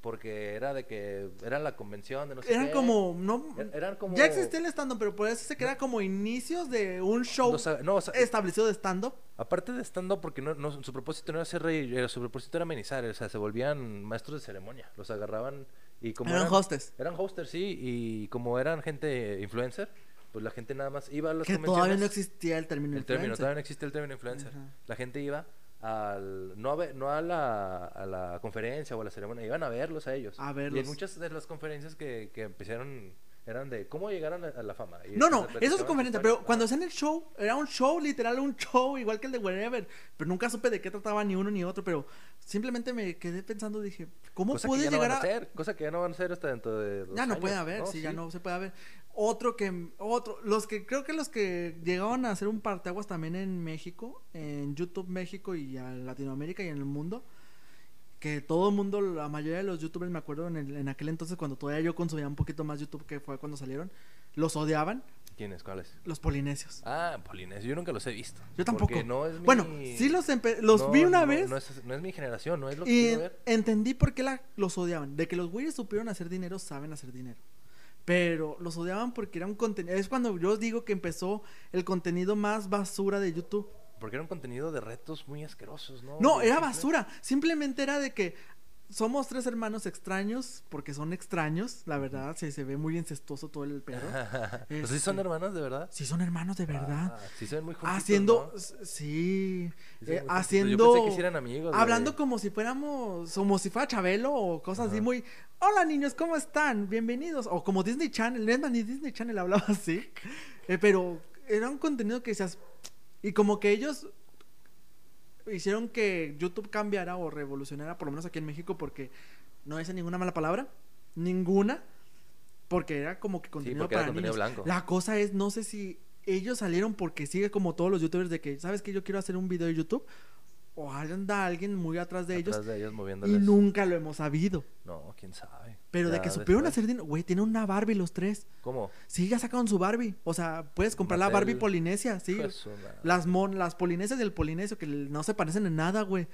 S2: Porque era de que era la convención de no sé
S3: eran
S2: qué.
S3: como, no,
S2: Er- Pues eran como-
S3: ya existía el stand-up, pero por eso se queda como inicios de un show
S2: Los a- no, o sea,
S3: establecido de stand-up.
S2: Aparte de stand-up, porque no, no- su propósito no era ser rey, era- su propósito era amenizar, o sea, se volvían maestros de ceremonia, los agarraban y como...
S3: Eran hostes.
S2: Eran hosters, sí, y como eran gente influencer, pues la gente nada más iba a las
S3: Que
S2: convenciones.
S3: todavía no existía el término
S2: El término,
S3: influencer.
S2: todavía no existe el término influencer.
S3: Ajá.
S2: La gente iba al, no, a, ve- no a, la, a la conferencia o a la ceremonia, iban a verlos a ellos.
S3: A
S2: Y
S3: verlos.
S2: en muchas de las conferencias que, que empezaron eran de cómo llegaron a, a la fama. Y
S3: No, no, eso
S2: entonces
S3: es
S2: platicaban
S3: conveniente,
S2: su
S3: pero
S2: historia.
S3: cuando hacían el show, era un show, literal, un show, igual que el de Wherever, pero nunca supe de qué trataba ni uno ni otro, pero simplemente me quedé pensando, dije, ¿cómo
S2: cosa
S3: puede
S2: que Pues ya
S3: llegar
S2: no
S3: a...?
S2: van a... hacer, cosa que ya no van a hacer hasta dentro de dos
S3: ya no
S2: años,
S3: puede haber, sí, ya
S2: Sí.
S3: no se puede haber. Otro que, otro, los que, creo que los que llegaron a hacer un parteaguas también en México, en YouTube México y a Latinoamérica y en el mundo, que todo el mundo, la mayoría de los youtubers, me acuerdo en, el- en aquel entonces cuando todavía yo consumía un poquito más YouTube, que fue cuando salieron, los odiaban
S2: ¿Quiénes? ¿Cuáles?
S3: los polinesios.
S2: Ah, polinesios. Yo nunca los he visto.
S3: Yo tampoco.
S2: Porque no es mi-
S3: Bueno, sí los, empe- los
S2: no,
S3: vi una
S2: no,
S3: vez
S2: No es, no es mi generación, no es lo que
S3: y
S2: quiero ver.
S3: entendí por qué la- los odiaban. De que los güeyes supieron hacer dinero, saben hacer dinero. Pero los odiaban porque era un contenido. Es cuando yo digo que empezó el contenido más basura de YouTube.
S2: Porque era un contenido de retos muy asquerosos, ¿no?
S3: No,
S2: Oh, De
S3: era
S2: simple-
S3: basura. Simplemente era de que somos tres hermanos extraños, porque son extraños, la verdad, se, se ve muy incestuoso todo el pedo.
S2: Pero sí son
S3: Este,
S2: hermanos, de verdad.
S3: Sí, son hermanos de verdad.
S2: Ah, sí se ven muy juntitos,
S3: haciendo,
S2: ¿no?
S3: s- sí, eh,
S2: Sí se ven muy juntitos.
S3: haciendo,
S2: Yo pensé que sí eran amigos. güey.
S3: hablando como si fuéramos, como si fuera Chabelo o cosas así
S2: Ajá.
S3: muy, hola niños, ¿cómo están? Bienvenidos. O como Disney Channel, es más, ni Disney Channel hablaba así. Eh, pero era un contenido que decías, y como que ellos hicieron que YouTube cambiara o revolucionara, por lo menos aquí en México, porque no decía ninguna mala palabra, ninguna, porque era como que contenido
S2: porque era
S3: para
S2: contenido
S3: niños.
S2: blanco.
S3: La cosa es, no sé si ellos salieron porque sigue como todos los youtubers de que, ¿sabes que Yo quiero hacer un video de YouTube. O anda alguien muy atrás de
S2: Atrás
S3: ellos
S2: de ellos
S3: y
S2: moviéndoles.
S3: nunca lo hemos sabido.
S2: No, quién sabe.
S3: Pero de
S2: Ya
S3: que supieron
S2: después-
S3: hacer dinero, güey, tiene una Barbie los tres.
S2: ¿Cómo?
S3: Sí, ya sacaron su Barbie. O sea, puedes comprar la
S2: Mattel.
S3: Barbie polinesia, sí.
S2: Hijo de su madre.
S3: Las mon, las polinesias del polinesio que no se parecen en nada, güey.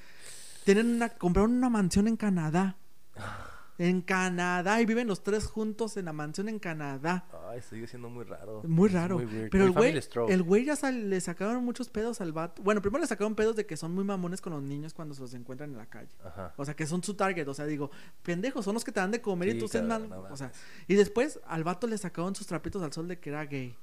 S3: Tienen una, compraron una mansión en Canadá.
S2: Ah.
S3: En Canadá y viven los tres juntos en la mansión en Canadá.
S2: Ay, sigue siendo muy raro.
S3: Muy
S2: Es
S3: raro.
S2: weird,
S3: pero
S2: muy
S3: el güey,
S2: Family Stroke.
S3: el güey ya sal- le sacaron muchos pedos al vato. Bueno, primero le sacaron pedos de que son muy mamones con los niños cuando se los encuentran en la calle.
S2: Ajá.
S3: O sea, que son su target. O sea, digo, pendejos, son los que te dan de comer
S2: Sí,
S3: y tú seas
S2: cabrón,
S3: mal-
S2: no
S3: O sea,
S2: mames.
S3: y después al vato le sacaron sus trapitos al sol de que era gay.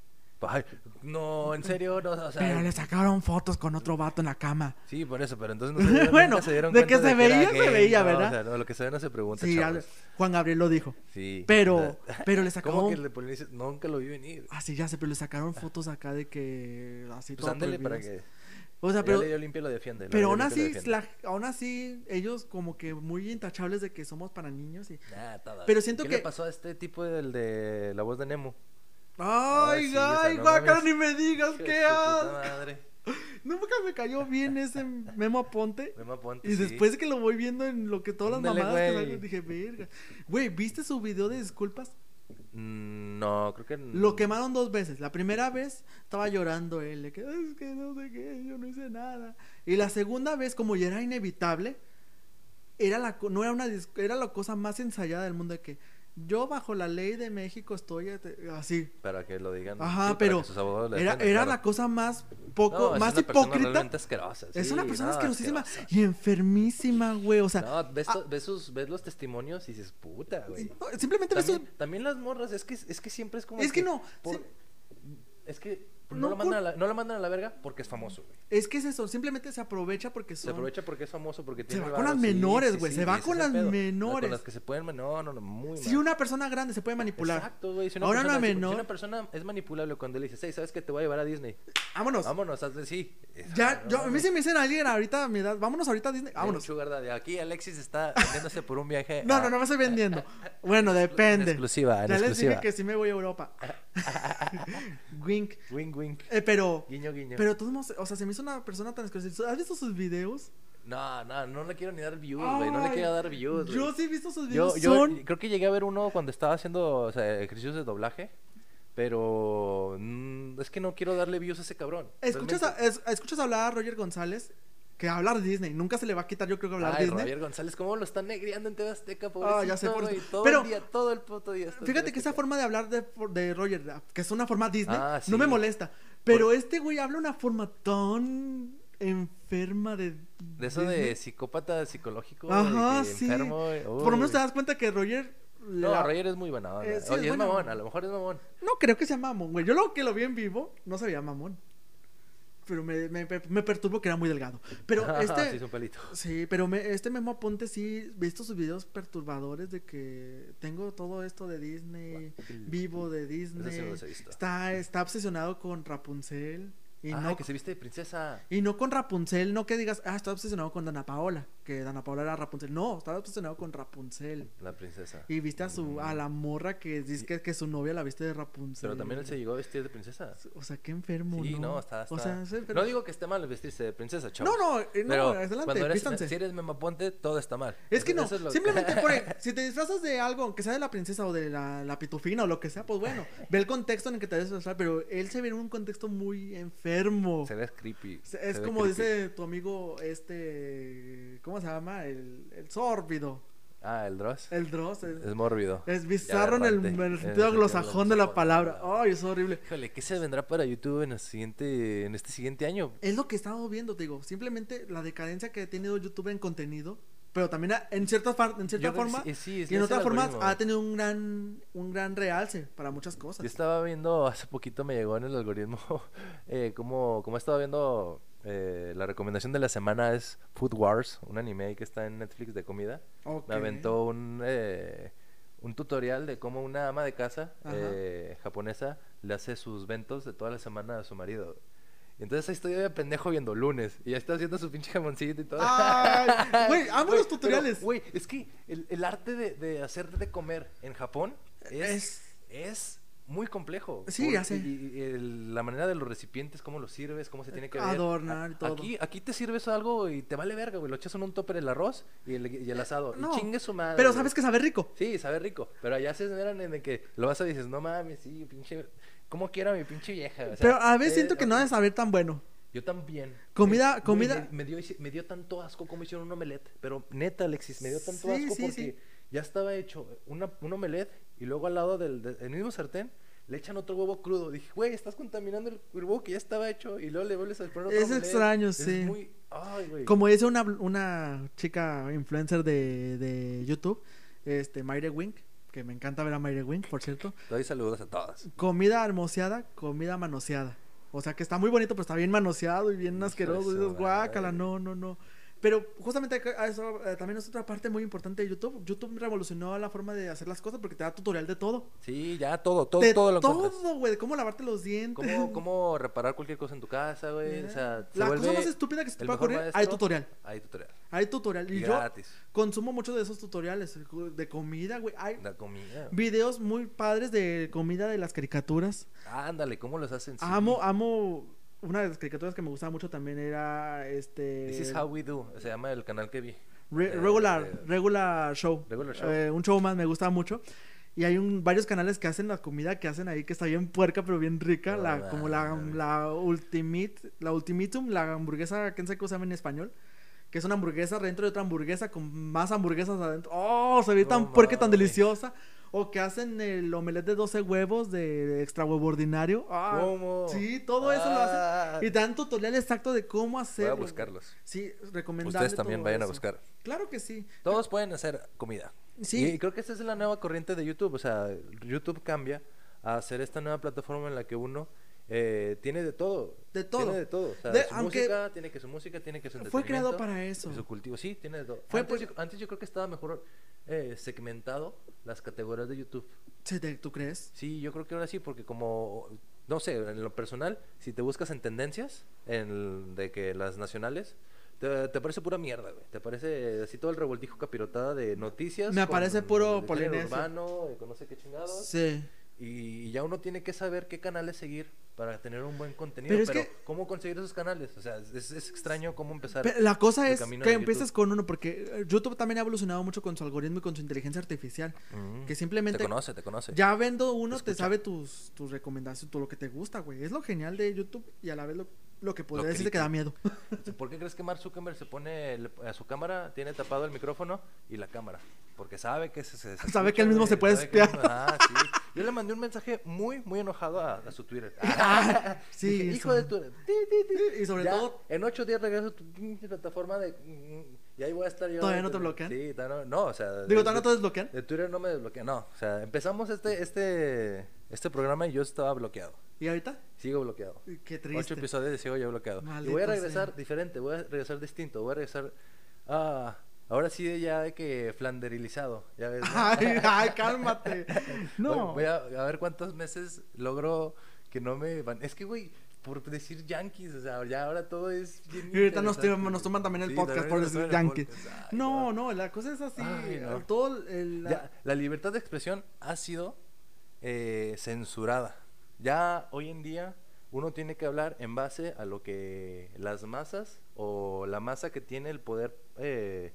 S2: Ay, no, en serio, no, o sea.
S3: Pero le sacaron fotos con otro vato en la cama.
S2: Sí, por eso, pero entonces no se dieron-
S3: Bueno,
S2: nunca se dieron
S3: de que
S2: cuenta
S3: se
S2: era
S3: veía, se
S2: gay,
S3: veía,
S2: no,
S3: ¿verdad?
S2: O sea, no, lo que se ve no se pregunta,
S3: Sí,
S2: chavos.
S3: al- Juan Gabriel lo dijo.
S2: Sí.
S3: Pero, pero le
S2: ¿Cómo
S3: sacaron.
S2: que le policía nunca lo vi venir?
S3: Así Ah, ya sé, pero le sacaron fotos acá de que. Así
S2: Pues
S3: todo
S2: ándale para
S3: prohibidas.
S2: que.
S3: O sea,
S2: pero,
S3: pero.
S2: yo limpio lo defiende.
S3: Pero
S2: aún
S3: aún así, la- aún así, ellos como que muy intachables de que somos para niños y... pero siento
S2: ¿Qué
S3: que-
S2: le pasó a este tipo del de la voz de Nemo?
S3: ¡Ay,
S2: sí, o sea,
S3: ay,
S2: no
S3: guácala,
S2: mames.
S3: ni me digas
S2: Hijo de
S3: qué
S2: su puta
S3: asco!
S2: madre.
S3: Nunca me cayó bien ese Memo Aponte.
S2: Memo Aponte,
S3: Y
S2: sí.
S3: después que lo voy viendo en lo que todas las
S2: Ándale,
S3: mamadas que
S2: güey.
S3: salen, dije, verga. Güey, ¿viste su video de disculpas?
S2: Mm, No, creo que. n-
S3: Lo quemaron dos veces. La primera vez estaba llorando él, de que es que no sé qué, yo no hice nada. Y la segunda vez, como ya era inevitable, era la co- no era una dis- era la cosa más ensayada del mundo de que yo bajo la ley de México estoy ate- así.
S2: Para que lo digan. sí,
S3: Ajá,
S2: para
S3: pero
S2: que sus abogados le
S3: era,
S2: defiendan,
S3: era
S2: claro.
S3: la cosa más poco
S2: No, es
S3: más
S2: una persona
S3: hipócrita.
S2: realmente asquerosa,
S3: Es
S2: sí,
S3: una persona
S2: no,
S3: asquerosísima
S2: asquerosa.
S3: y enfermísima, güey. O sea,
S2: No, ves,
S3: ah,
S2: to- ves, sus- ves los testimonios y dices, puta, güey.
S3: no, simplemente ves
S2: También,
S3: sus
S2: también las morras, es que, es que siempre es como.
S3: Es que no,
S2: por-
S3: sí.
S2: Es que no,
S3: No
S2: lo mandan
S3: cul-
S2: a la, no lo mandan a la verga porque es famoso, güey.
S3: Es que es eso, simplemente se aprovecha porque
S2: Se
S3: son...
S2: aprovecha porque es famoso, porque tiene.
S3: va con las
S2: varo, sí,
S3: menores,
S2: sí,
S3: güey,
S2: sí,
S3: se va
S2: ese es
S3: con
S2: el
S3: las
S2: pedo.
S3: menores.
S2: Con las que se pueden. ma- No, no, no, muy mal.
S3: Si una persona grande se puede manipular.
S2: Exacto, güey. Si una
S3: Ahora una
S2: persona, si- si
S3: menor.
S2: una persona es manipulable cuando le dices, hey, ¿sabes qué? Te voy a llevar a Disney.
S3: Vámonos.
S2: Vámonos, hazle sí.
S3: Ya,
S2: No,
S3: yo, a mí
S2: mames.
S3: se me dicen a alguien ahorita a mi edad, vámonos ahorita a Disney,
S2: De un
S3: vámonos.
S2: sugar daddy. Aquí Alexis está vendiéndose por un viaje.
S3: No,
S2: a-
S3: no, no me estoy
S2: eh,
S3: vendiendo. Bueno, depende.
S2: exclusiva, en
S3: ya les dije
S2: exclusiva.
S3: que sí me voy a Europa. Wink.
S2: Wink, wink.
S3: Eh, pero,
S2: Guiño, guiño.
S3: pero todos, hemos- o sea, se me hizo una persona tan exclusiva. ¿Has visto sus videos?
S2: No, no, no le quiero ni dar views, güey. No le
S3: Ay,
S2: quiero dar views, güey.
S3: Yo sí he visto sus
S2: Yo,
S3: videos.
S2: yo
S3: Son
S2: creo que llegué a ver uno cuando estaba haciendo o sea, ejercicios de doblaje, pero mm, es que no quiero darle views a ese cabrón.
S3: Escuchas, a- es- escuchas hablar a Roger González, que hablar Disney, nunca se le va a quitar, yo creo que hablar
S2: hablar Ay,
S3: Disney.
S2: Javier González, ¿cómo lo están negreando en TV Azteca, pobrecito,
S3: Ah, ya sé, por
S2: güey?
S3: eso.
S2: Todo
S3: Pero-
S2: el día, todo el puto día. está en
S3: Fíjate
S2: TV
S3: que esa
S2: Azteca.
S3: forma de hablar de, for- de Roger, ah, que es una forma Disney,
S2: Ah, sí.
S3: no me molesta. Pero este güey habla una forma tan enferma de.
S2: De eso de psicópata psicológico, de
S3: Ajá,
S2: que
S3: sí.
S2: enfermo, güey.
S3: Por lo menos te
S2: Uy.
S3: das cuenta que Roger.
S2: No,
S3: la-
S2: Roger es muy buena onda.
S3: Eh, sí,
S2: Oye,
S3: es
S2: es
S3: buena
S2: mamón,
S3: onda.
S2: a lo mejor es mamón.
S3: No creo que sea mamón, güey. Yo lo que lo vi en vivo no sabía mamón. Pero me, me, me perturbo que era muy delgado. Pero este.
S2: sí, es un pelito.
S3: Sí, pero me- este Memo Aponte sí, he visto sus videos perturbadores de que tengo todo esto de Disney, vivo de Disney.
S2: Eso sí los he visto.
S3: Está, está obsesionado con Rapunzel. Y,
S2: Ah,
S3: no,
S2: que se viste de princesa.
S3: y no con Rapunzel, no que digas, ah, está obsesionado con Dana Paola. que Dana Paula era Rapunzel. No, estaba obsesionado con Rapunzel.
S2: la princesa.
S3: Y viste a su a la morra que dice que, que su novia la viste de Rapunzel.
S2: Mm. Pero también él se llegó a vestir de princesa.
S3: O sea, qué enfermo,
S2: Sí,
S3: ¿no?
S2: no, está,
S3: O
S2: está-
S3: sea, ese-
S2: No digo que esté mal vestirse de princesa,
S3: No,
S2: chavos.
S3: no, eh, no,
S2: pero
S3: adelante,
S2: cuando eres,
S3: vístanse.
S2: si eres memaponte, todo está mal.
S3: Es que
S2: Eso-
S3: no,
S2: eso es lo que-
S3: simplemente por el- si te disfrazas de algo, aunque sea de la princesa o de la, la pitufina o lo que sea, pues bueno, ve el contexto en el que te disfrazas, pero él se ve en un contexto muy enfermo.
S2: Se ve creepy.
S3: Se-
S2: se
S3: es
S2: ve
S3: como
S2: creepy.
S3: dice tu amigo este, ¿cómo se llama? El, el sórbido,
S2: Ah, el Dross.
S3: el Dross. Es,
S2: Es mórbido.
S3: es bizarro en el,
S2: aberrante,
S3: en el
S2: en el
S3: sentido
S2: sentido
S3: anglosajón de la
S2: anglosajón.
S3: palabra. Ay, es horrible.
S2: Híjole, ¿qué se vendrá para YouTube en, el siguiente, en este siguiente año?
S3: Es lo que estamos viendo, te digo, simplemente la decadencia que ha tenido YouTube en contenido, pero también ha- en cierta, far- en cierta
S2: Yo creo que
S3: forma...
S2: sí- sí, es-
S3: Y en
S2: es el
S3: otras formas
S2: algoritmo.
S3: ha tenido un gran, un gran realce para muchas
S2: Yo
S3: cosas.
S2: estaba viendo, hace poquito me llegó en el algoritmo, eh, como, como estaba viendo, eh, la recomendación de la semana es Food Wars, un anime que está en Netflix de comida.
S3: Ok.
S2: Me aventó un, eh, un tutorial de cómo una ama de casa
S3: Ajá.
S2: eh, japonesa le hace sus ventos de toda la semana a su marido. Y entonces ahí estoy de pendejo viendo lunes y ya está haciendo su pinche jamoncito y todo.
S3: Ah, Ay, güey, amo
S2: Ah, Güey,
S3: los tutoriales.
S2: pero, Güey, es que el, el arte de, de hacer de comer en Japón es, es... muy complejo.
S3: Sí, ya sé.
S2: Y, y el- la manera de los recipientes, cómo los sirves, cómo se tiene que ver.
S3: Adornar y
S2: A-
S3: todo.
S2: Aquí, aquí te sirves algo y te vale verga, güey. Lo echas en un topper el arroz y el, y el asado.
S3: Eh, No,
S2: Y chingue su madre.
S3: Pero
S2: güey.
S3: sabes que sabe rico.
S2: Sí, sabe rico. Pero allá se esmeran en el que lo vas a dices, no mames, sí, pinche... ¿Cómo quiero a mi pinche vieja? O sea,
S3: pero a veces
S2: eh,
S3: siento que no
S2: ok.
S3: debe saber tan bueno.
S2: Yo también.
S3: Comida-
S2: Güey,
S3: comida-
S2: Me, me dio, me dio tanto asco como hicieron un omelette. Pero neta, Alexis, me dio tanto
S3: Sí,
S2: asco
S3: sí,
S2: porque
S3: sí.
S2: ya estaba hecho una, un omelette y luego al lado del, del- del mismo sartén le echan otro huevo crudo. Dije, güey, estás contaminando el, el huevo que ya estaba hecho y luego le vuelves a poner otro
S3: Es
S2: omelette.
S3: extraño,
S2: Es
S3: sí.
S2: muy- Ay, güey.
S3: Como dice una, una chica influencer de, de YouTube, este, Mayre Wink, que me encanta ver a Mayre Wink, por cierto.
S2: Te doy saludos a todas.
S3: Comida hermoseada, comida manoseada. O sea, que está muy bonito, pero está bien manoseado y bien
S2: Hijo de
S3: asqueroso.
S2: su
S3: Y dices, guácala,
S2: madre".
S3: no, no, no. Pero justamente acá- a eso, eh, también es otra parte muy importante de YouTube. YouTube revolucionó la forma de hacer las cosas porque te da tutorial de todo.
S2: Sí, ya todo, todo,
S3: de
S2: todo lo encuentras.
S3: Todo, güey, de cómo lavarte los dientes.
S2: ¿Cómo, cómo reparar cualquier cosa en tu casa, güey? O sea, se
S3: la
S2: vuelve
S3: cosa más estúpida que se te
S2: el
S3: puede
S2: mejor
S3: ocurrir, hay
S2: maestro.
S3: tutorial.
S2: Hay tutorial.
S3: Hay tutorial. Y,
S2: Y
S3: yo
S2: gratis.
S3: consumo muchos de esos tutoriales de comida, güey. Hay
S2: La comida.
S3: videos muy padres de comida de las caricaturas.
S2: Ándale, ¿cómo los hacen? Sí.
S3: Amo, amo. Una de las caricaturas que me gustaba mucho también era este.
S2: This is how we do. Se llama el canal que vi.
S3: Re-
S2: Eh,
S3: regular,
S2: eh,
S3: regular show.
S2: Regular Show.
S3: Eh, un show más, me gusta mucho. Y hay un, varios canales que hacen la comida que hacen ahí que está bien puerca, pero bien rica.
S2: No
S3: la, como la,
S2: mames.
S3: la Ultimate, la Ultimatum, la hamburguesa, ¿quién sabe cómo se llama en español? Que es una hamburguesa dentro de otra hamburguesa con más hamburguesas adentro. ¡Oh! Se ve
S2: No
S3: tan puerca y tan
S2: mames.
S3: deliciosa. O que hacen el omelette de 12 huevos de extra huevo ordinario. Ah,
S2: ¿Cómo?
S3: Sí, todo eso lo
S2: Ah.
S3: hacen. Y dan tutorial exacto de cómo
S2: Voy a
S3: hacerlo.
S2: buscarlos.
S3: Sí, recomendable.
S2: Ustedes también
S3: todo
S2: vayan a
S3: eso.
S2: buscar.
S3: Claro que sí.
S2: Todos pueden hacer comida.
S3: Sí.
S2: Y creo que esta es la nueva corriente de YouTube. O sea, YouTube cambia a hacer esta nueva plataforma en la que uno eh, tiene de todo.
S3: De todo.
S2: Tiene de todo. O sea,
S3: De-
S2: su
S3: aunque-
S2: música, tiene que su música, tiene que su
S3: Fue creado
S2: entretenimiento,
S3: para eso.
S2: y Su cultivo, sí, tiene de todo.
S3: Fue
S2: antes,
S3: por-
S2: yo, antes yo creo que estaba mejor eh, segmentado las categorías de YouTube.
S3: Sí, te- ¿Tú crees?
S2: Sí, yo creo que ahora sí, porque como, no sé, en lo personal, si te buscas en tendencias, en el- de que las nacionales, te, te parece pura mierda, güey. Te parece así todo el revoltijo capirotada de noticias.
S3: Me aparece puro
S2: de género
S3: polinesio.
S2: urbano, de que no sé qué chingados.
S3: Sí.
S2: Y, ya uno tiene que saber qué canales seguir para tener un buen contenido.
S3: Pero
S2: Pero,
S3: es que-
S2: ¿cómo conseguir esos canales? O sea, es, es extraño cómo empezar.
S3: Pero la cosa
S2: el
S3: es
S2: camino
S3: que
S2: de
S3: empieces
S2: YouTube.
S3: con uno, porque eh, YouTube también ha evolucionado mucho con su algoritmo y con su inteligencia artificial.
S2: Mm.
S3: Que
S2: Te
S3: simplemente
S2: conoce, te conoce.
S3: ya vendo uno, te
S2: escucha.
S3: sabe tus, tus recomendaciones, todo lo que te gusta, güey. Es lo genial de YouTube y a la vez lo, lo que podría decirte que da miedo.
S2: ¿Por qué crees que Mark Zuckerberg se pone el- a su cámara, tiene tapado el micrófono y la cámara? Porque sabe que se, se- se
S3: Sabe que él mismo
S2: güey,
S3: se puede
S2: sabe que él mismo-
S3: espiar.
S2: Ah, sí. Yo le mandé un mensaje muy, muy enojado a, a su Twitter. Ah,
S3: Ah, sí,
S2: Dije,
S3: eso.
S2: hijo de tu... ti, ti, ti".
S3: Y sobre
S2: Ya,
S3: todo-
S2: En ocho días regreso a tu pinche plataforma de... mm, Y ahí voy a estar yo.
S3: ¿Todavía no te bloquean?
S2: Sí, todavía no, no, o sea...
S3: Digo,
S2: de-
S3: ¿todavía no te desbloquean?
S2: De Twitter no me desbloquea, no. O sea, empezamos este, este, este programa y yo estaba bloqueado.
S3: ¿Y ahorita?
S2: Sigo bloqueado.
S3: Qué
S2: Ocho
S3: triste.
S2: episodios de Ciego ya bloqueado. y voy
S3: Maldito
S2: a regresar
S3: sea.
S2: diferente, voy a regresar distinto, voy a regresar. Ah, ahora sí ya de que flanderilizado, ya ves. ¿no?
S3: Ay, ay, cálmate. No.
S2: Voy, voy a, a ver cuántos meses logro que no me van. Es que, güey, por decir yankees, o sea, ya ahora todo es bien
S3: Y ahorita nos,
S2: interesante.
S3: toman- nos toman también el
S2: Sí,
S3: podcast
S2: también
S3: por
S2: nos
S3: decir
S2: toman el
S3: yankee.
S2: podcast. Ay,
S3: No, no, la cosa es así.
S2: Ay, no.
S3: Todo el. la-
S2: Ya, la libertad de expresión ha sido eh, censurada. Ya hoy en día uno tiene que hablar en base a lo que las masas o la masa que tiene el poder eh,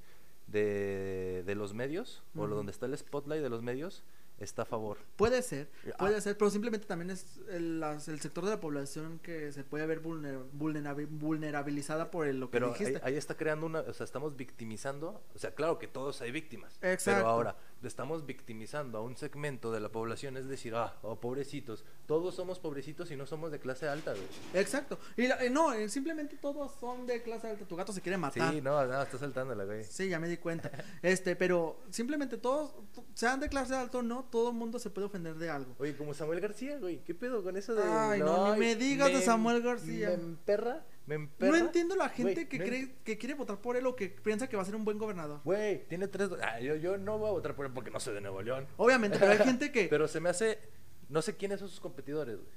S2: de, de los medios o lo
S3: Ujú.
S2: donde está el spotlight de los medios está a favor.
S3: Puede ser, puede
S2: Ah.
S3: ser, pero simplemente también es el, las- el sector de la población que se puede ver vulner- vulnerabi- vulnerabilizada por el- lo que
S2: Pero ahí,
S3: dijiste.
S2: ahí está creando una, o sea, estamos victimizando, o sea, claro que todos hay víctimas,
S3: Exacto.
S2: pero ahora estamos victimizando a un segmento de la población, es decir, ah, oh, pobrecitos, todos somos pobrecitos y no somos de clase alta, güey.
S3: Exacto. Y la- eh, no, eh, simplemente todos son de clase alta. Tu gato se quiere matar.
S2: Sí, no, no, está saltándola, güey.
S3: Sí, ya me di cuenta. Este, pero simplemente todos, t- sean de clase alta o no, todo el mundo se puede ofender de algo.
S2: Oye, como Samuel García, güey, ¿qué pedo con eso de...?
S3: Ay, no, ni me digas de Samuel García.
S2: Me emperra, me emperra.
S3: No entiendo la gente
S2: Güey,
S3: que
S2: no
S3: cree que quiere votar por él o que piensa que va a ser un buen gobernador.
S2: Güey, tiene tres... Ah, yo, yo no voy a votar por él porque no soy de Nuevo León.
S3: Obviamente, pero hay gente que
S2: Pero se me hace... No sé quiénes son sus competidores, güey.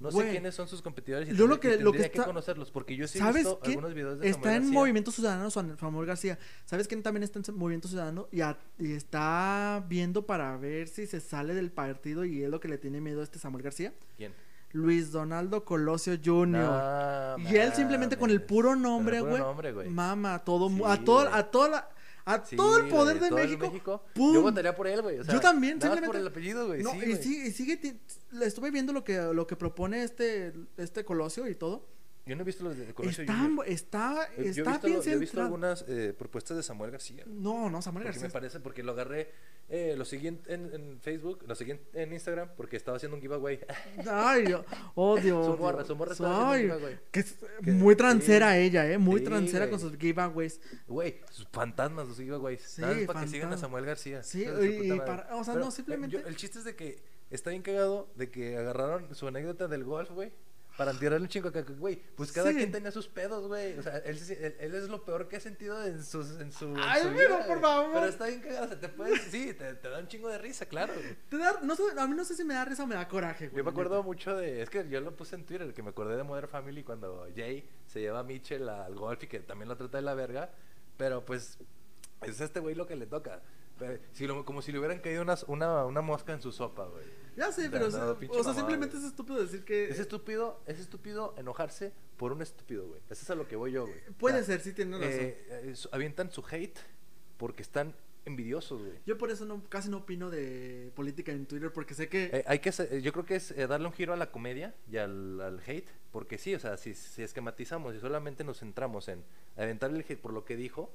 S2: No sé
S3: Güey.
S2: quiénes son sus competidores y
S3: Yo lo
S2: tendría- y
S3: que- lo que
S2: tendría
S3: está-
S2: conocerlos porque yo sí he
S3: ¿Sabes
S2: visto
S3: qué?
S2: algunos videos de
S3: Está
S2: Samuel
S3: en
S2: García.
S3: Movimiento Ciudadano San- Samuel García. ¿Sabes quién también está en Movimiento Ciudadano? Y, a- y está viendo para ver si se sale del partido y es lo que le tiene miedo a este Samuel García.
S2: ¿Quién?
S3: Luis Donaldo Colosio Jr.
S2: No
S3: y él simplemente con el
S2: mames.
S3: puro
S2: Con el
S3: nombre,
S2: puro
S3: güey.
S2: nombre, güey.
S3: Mama, a todo, mu-
S2: Sí,
S3: a todo,
S2: güey.
S3: a toda la- a
S2: Sí,
S3: todo el poder
S2: güey,
S3: de
S2: todo el
S3: México.
S2: Yo
S3: ¡pum!
S2: votaría por él, güey. o sea,
S3: Yo también,
S2: nada más
S3: simplemente-
S2: por el apellido, güey.
S3: No,
S2: sí,
S3: y,
S2: güey.
S3: sigue, y sigue, ti- le estuve viendo lo que, lo que propone este, este Colosio y todo.
S2: Yo no he visto los de Colosio
S3: Está,
S2: Junior.
S3: está,
S2: Eh, yo he
S3: está
S2: visto
S3: bien
S2: lo- yo he visto
S3: centrado.
S2: algunas eh, propuestas de Samuel García.
S3: No, no, Samuel
S2: Porque
S3: García.
S2: me parece, porque lo agarré, eh, lo seguí en, en- en Facebook, lo seguí en, en Instagram, porque estaba haciendo un giveaway.
S3: Ay, yo- odio.
S2: Su
S3: odio.
S2: morra, su morra
S3: Su-
S2: estaba haciendo
S3: ay,
S2: giveaway.
S3: que es
S2: Que-
S3: muy transera
S2: sí.
S3: ella, ¿eh? Muy
S2: Sí,
S3: transera
S2: güey.
S3: con sus giveaways.
S2: Güey, sus fantasmas, los giveaways.
S3: Sí,
S2: Nada más para que sigan a
S3: fantasma.
S2: Samuel García.
S3: Sí,
S2: Hijo de su
S3: y-
S2: puta
S3: y
S2: madre.
S3: para- o sea, no,
S2: eh,
S3: simplemente-
S2: yo- el chiste es de que está bien cagado de que agarraron su anécdota del golf, güey. Para enterrarle un chingo acá, güey. Pues cada
S3: Sí.
S2: quien tenía sus pedos, güey. O sea, él, se- él- él es lo peor que ha sentido en, sus, en su. en
S3: Ay,
S2: su
S3: pero
S2: vida,
S3: por
S2: güey.
S3: favor.
S2: Pero está bien cagado, o sea, te puedes. Sí, te, te da un chingo de risa, claro. güey.
S3: Te da- no sé- a mí no sé si me da risa o me da coraje, güey.
S2: Yo me
S3: la
S2: acuerdo
S3: neta.
S2: mucho de. Es que yo lo puse en Twitter, que me acordé de Modern Family cuando Jay se lleva a Mitchell al golf y que también lo trata de la verga. Pero pues. Es este güey lo que le toca. Pero si lo- como si le hubieran caído unas- una, una mosca en su sopa, güey.
S3: Ya sé,
S2: De
S3: pero. o
S2: nada,
S3: sea, o
S2: pinche
S3: sea,
S2: mamada,
S3: simplemente es
S2: güey.
S3: estúpido decir que.
S2: Es estúpido, es estúpido enojarse por un estúpido, güey. Eso es a lo que voy yo, güey.
S3: Puede
S2: O sea,
S3: ser, sí, tienes razón.
S2: eh, eh, su- avientan su hate porque están envidiosos, güey.
S3: Yo por eso no, casi no opino de política en Twitter, porque sé que.
S2: Eh, hay que hacer- yo creo que es eh, darle un giro a la comedia y al, al hate, porque sí, o sea, si, si esquematizamos y solamente nos centramos en aventar el hate por lo que dijo,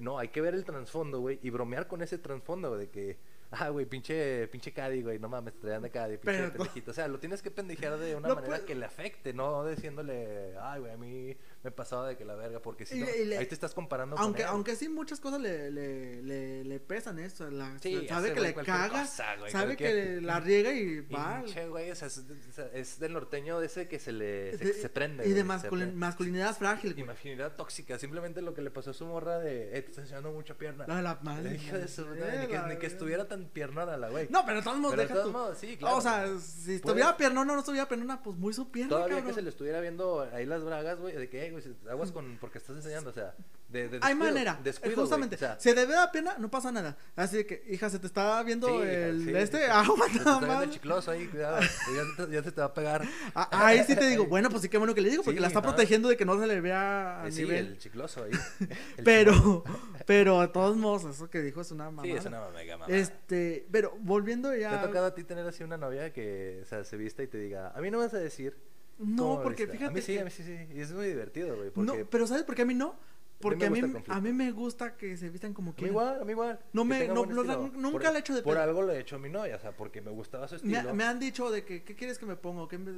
S2: no, hay que ver el trasfondo, güey, y bromear con ese trasfondo, güey, de que, ah, güey, pinche, pinche Cadi, güey, no mames, te traían de Cadi, pinche
S3: Pero no.
S2: pendejito. O sea, lo tienes que pendejear de una
S3: No
S2: manera
S3: puede-
S2: que le afecte, no diciéndole, ay, güey, a mí me pasaba de que la verga, porque si
S3: Y
S2: no,
S3: le- y le-
S2: ahí te estás comparando con
S3: aunque,
S2: él.
S3: aunque sí, muchas cosas le, le, le, le pesan eso. la-
S2: Sí,
S3: sabe
S2: ese
S3: que
S2: güey
S3: le
S2: cualquier
S3: caga,
S2: cosa, güey,
S3: sabe
S2: cualquier-
S3: que la riega y va.
S2: Pinche, güey, o sea, es, o sea, es del norteño de ese que se le se,
S3: De-
S2: se prende.
S3: Y de
S2: güey,
S3: masculin-
S2: se prende.
S3: masculinidad frágil, güey.
S2: Imaginidad tóxica, simplemente lo que le pasó a su morra de, eh, te está enseñando mucha pierna.
S3: La de la madre.
S2: Hija de su
S3: güey,
S2: madre, ni que,
S3: la
S2: ni que
S3: verga.
S2: estuviera tan piernona la güey.
S3: No, pero de todos modos,
S2: Pero de
S3: deja
S2: todos
S3: tú.
S2: modos, sí, claro. Pues
S3: O sea, si estuviera piernona o no estuviera piernona, pues muy su pierna,
S2: Todavía
S3: cabrón.
S2: que se le estuviera viendo ahí las bragas, güey, de que, "Eh, güey, si- aguas con, porque estás enseñando, o sea, de, de
S3: Hay
S2: descuido,
S3: manera.
S2: descuido,
S3: eh,
S2: güey,
S3: justamente.
S2: o sea,
S3: Se debe a la pierna, no pasa nada. Así de que, hija, se te está viendo
S2: sí, hija,
S3: el
S2: sí,
S3: este.
S2: sí, sí.
S3: Ah, nada
S2: Se te está viendo
S3: más.
S2: el chicloso ahí, cuidado, ya te, ya te te va a pegar.
S3: Ah, Ahí sí te digo, bueno, pues sí, qué bueno que le digo, porque
S2: Sí,
S3: la está
S2: no.
S3: protegiendo de que no se le vea a
S2: Eh, sí,
S3: nivel.
S2: el chicloso ahí. El chimoso.
S3: Pero, pero, de todos modos, eso que dijo es una mamada.
S2: Sí, es una mega mamá.
S3: Este, pero volviendo
S2: ¿Te ha
S3: ya.
S2: tocado a ti tener así una novia que, o sea, se vista y te diga, a mí no me vas a decir? cómo
S3: No,
S2: me
S3: porque
S2: vista"?
S3: fíjate.
S2: este, A mí sí,
S3: que-
S2: a mí sí, sí. Y es muy divertido, güey. Porque
S3: No, pero ¿sabes por qué a mí no? Porque a
S2: gusta
S3: mí,
S2: el
S3: a
S2: conflicto.
S3: mí me gusta que se vistan como
S2: A mí
S3: que.
S2: igual, a mí igual.
S3: No
S2: que
S3: me-
S2: tenga
S3: no-
S2: buen
S3: no-
S2: estilo.
S3: nunca
S2: Por-
S3: le he hecho de
S2: Por
S3: pedo.
S2: algo lo he hecho a mi novia, o sea, porque me gustaba su
S3: Me,
S2: estilo.
S3: me han dicho de que, ¿qué quieres que me ponga? ¿Qué me-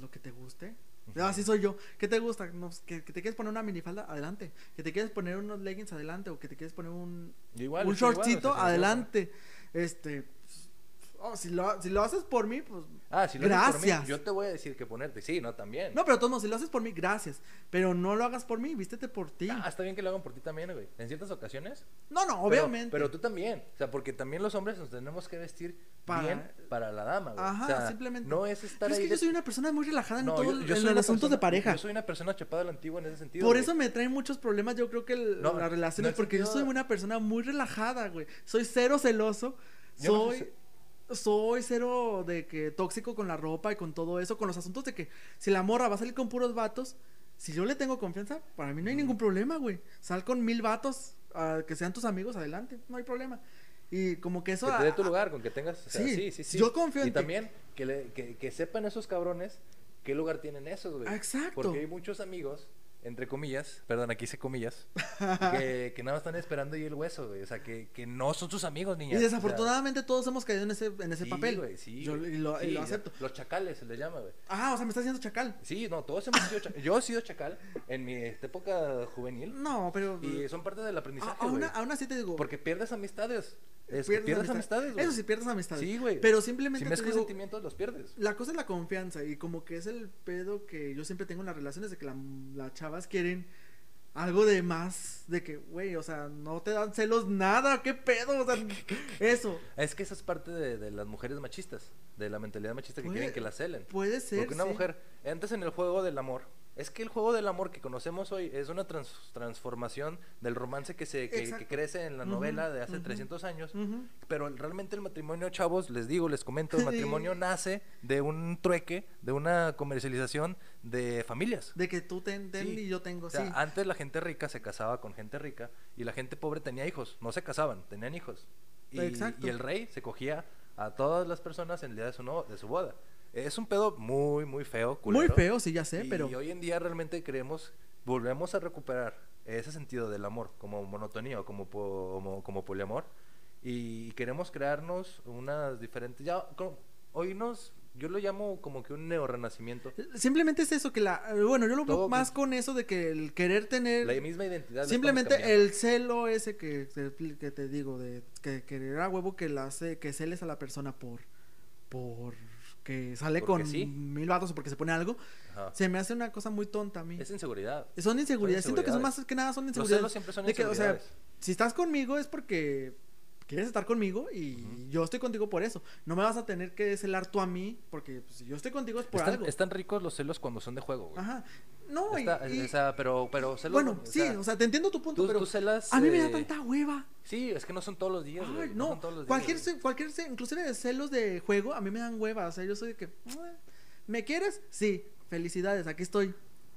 S3: lo que te guste? No, así soy yo. ¿Qué te gusta? No, pues, que, que te quieres poner una minifalda, adelante. Que te quieres poner unos leggings, adelante. O que te quieres poner un,
S2: Yo igual,
S3: un
S2: yo soy igual, o sea,
S3: shortcito,
S2: sí, yo-
S3: adelante. Este, oh, si, lo, si lo haces por mí, pues.
S2: Ah, si lo haces por mí,
S3: Gracias.
S2: yo te voy a decir que ponerte. Sí, no, también. Ah,
S3: No, pero de todos modos, si lo haces por mí, gracias. Pero no lo hagas por mí, vístete por ti.
S2: Ah, está bien que lo hagan por ti también, güey. En ciertas ocasiones.
S3: No, no,
S2: pero-
S3: obviamente.
S2: Pero, tú también. O sea, porque también los hombres nos tenemos que vestir
S3: Para-
S2: bien para la dama, güey.
S3: Ajá,
S2: O sea,
S3: simplemente.
S2: No es estar
S3: Pero es
S2: ahí
S3: que
S2: de-
S3: yo soy una persona muy relajada en
S2: No,
S3: todo
S2: yo-
S3: el-
S2: yo
S3: en
S2: soy
S3: el
S2: una
S3: asunto
S2: persona-
S3: de pareja.
S2: Yo soy una persona chapada a la antigua en ese sentido.
S3: Por
S2: güey.
S3: eso me traen muchos problemas, yo creo que el-
S2: No,
S3: las relaciones,
S2: no es
S3: porque yo
S2: sentido-
S3: soy una persona muy relajada, güey. Soy cero celoso,
S2: Yo no
S3: soy
S2: soy
S3: soy cero de que tóxico con la ropa y con todo eso, con los asuntos de que si la morra va a salir con puros vatos, si yo le tengo confianza, para mí no hay ningún problema, güey. Sal con mil vatos, ah, que sean tus amigos, adelante, no hay problema. Y como que eso...
S2: Que te dé tu
S3: ah,
S2: lugar, con que tengas. o sea,
S3: Sí,
S2: sí, sí, sí,
S3: yo confío en
S2: Y
S3: ti.
S2: también que, le- que, que sepan esos cabrones qué lugar tienen esos, güey.
S3: Ah, exacto.
S2: Porque hay muchos amigos, entre comillas, perdón, aquí hice comillas, que, que nada más están esperando y el hueso, güey. O sea, que, que no son sus amigos,
S3: Y
S2: niña.
S3: desafortunadamente todos hemos caído en ese, en ese
S2: sí,
S3: papel.
S2: güey, sí,
S3: Yo-
S2: güey,
S3: y lo, y
S2: sí,
S3: lo acepto.
S2: Los chacales se les llama, güey.
S3: Ah, o sea, me está haciendo chacal.
S2: Sí, no, todos hemos sido chacal. Yo he sido chacal en mi este, época juvenil.
S3: No, pero...
S2: Y son parte del
S3: A-
S2: aprendizaje,
S3: Aún,
S2: güey.
S3: aún así te digo.
S2: Porque pierdes amistades. Es que
S3: pierdes
S2: pierdes, amistades, güey.
S3: Eso sí, pierdes amistades.
S2: Sí, güey.
S3: Pero
S2: Si
S3: simplemente te
S2: mezclas
S3: digo,
S2: sentimientos, los pierdes.
S3: la cosa es la confianza. Y como que es el pedo que yo siempre tengo en las relaciones de que la- las chavas quieren algo de más. De que, güey, o sea, no te dan celos nada. ¿Qué pedo? O sea, eso.
S2: Es que esa es parte de, de las mujeres machistas, de la mentalidad machista que
S3: Puede-
S2: quieren que las celen.
S3: Puede ser.
S2: Porque una
S3: sí.
S2: mujer entras en el juego del amor. Es que el juego del amor que conocemos hoy es una trans- transformación del romance que se que- que,
S3: Exacto.
S2: crece en la
S3: Ujú,
S2: novela de hace
S3: ujú.
S2: 300 años.
S3: Ujú.
S2: Pero el- realmente el matrimonio, chavos, les digo, les comento, el matrimonio nace de un trueque, de una comercialización de familias.
S3: De que tú ten, ten
S2: Sí.
S3: y yo tengo,
S2: O sea,
S3: sí.
S2: antes la gente rica se casaba con gente rica y la gente pobre tenía hijos, no se casaban, tenían hijos. Y,
S3: Exacto.
S2: y el rey se cogía a todas las personas en el día de su, no- de su boda. Es un pedo muy, muy feo.
S3: Muy
S2: culero.
S3: feo, sí, ya sé,
S2: Y-
S3: pero.
S2: Y hoy en día realmente creemos, volvemos a recuperar ese sentido del amor como monotonía o como, po- como, como poliamor. Y queremos crearnos unas diferentes... Ya, co- hoy nos... Yo lo llamo como que un neorrenacimiento.
S3: Simplemente es eso, que la. eh, Bueno, yo lo veo
S2: Todo
S3: más
S2: con-
S3: con eso de que el querer tener.
S2: La misma identidad. la estamos
S3: Eh, Simplemente
S2: cambiando.
S3: el celo ese que, te- que te digo, de que querer a huevo que la hace, que celes a la persona por, por que sale
S2: Porque
S3: con
S2: sí.
S3: mil vatos o porque se pone algo,
S2: Ajá.
S3: se me hace una cosa muy tonta a mí.
S2: Es inseguridad.
S3: Son inseguridades, siento que son
S2: inseguridades.
S3: más que nada son
S2: Los
S3: inseguridades.
S2: celos siempre son
S3: de que, o sea,
S2: inseguridades.
S3: si estás conmigo es porque quieres estar conmigo y yo estoy contigo por eso. No me vas a tener que celar tú a mí porque pues, si yo estoy contigo es por
S2: están,
S3: algo.
S2: están ricos los celos cuando son de juego, güey.
S3: Ajá. No, y-
S2: pues. Está-
S3: y-
S2: o sea, pero, pero celos.
S3: bueno,
S2: o
S3: sí,
S2: sea,
S3: o sea, te entiendo tu punto,
S2: tú-
S3: pero
S2: tú celas,
S3: a mí me da
S2: eh,
S3: tanta hueva.
S2: Sí, es que no son todos los días,
S3: Ay,
S2: güey. no,
S3: no,
S2: son todos los días,
S3: cualquier,
S2: güey.
S3: ce- cualquier, ce- inclusive de celos de juego, a mí me dan hueva. O sea, yo soy de que, "Mua, ¿me quieres? Sí, felicidades, aquí estoy,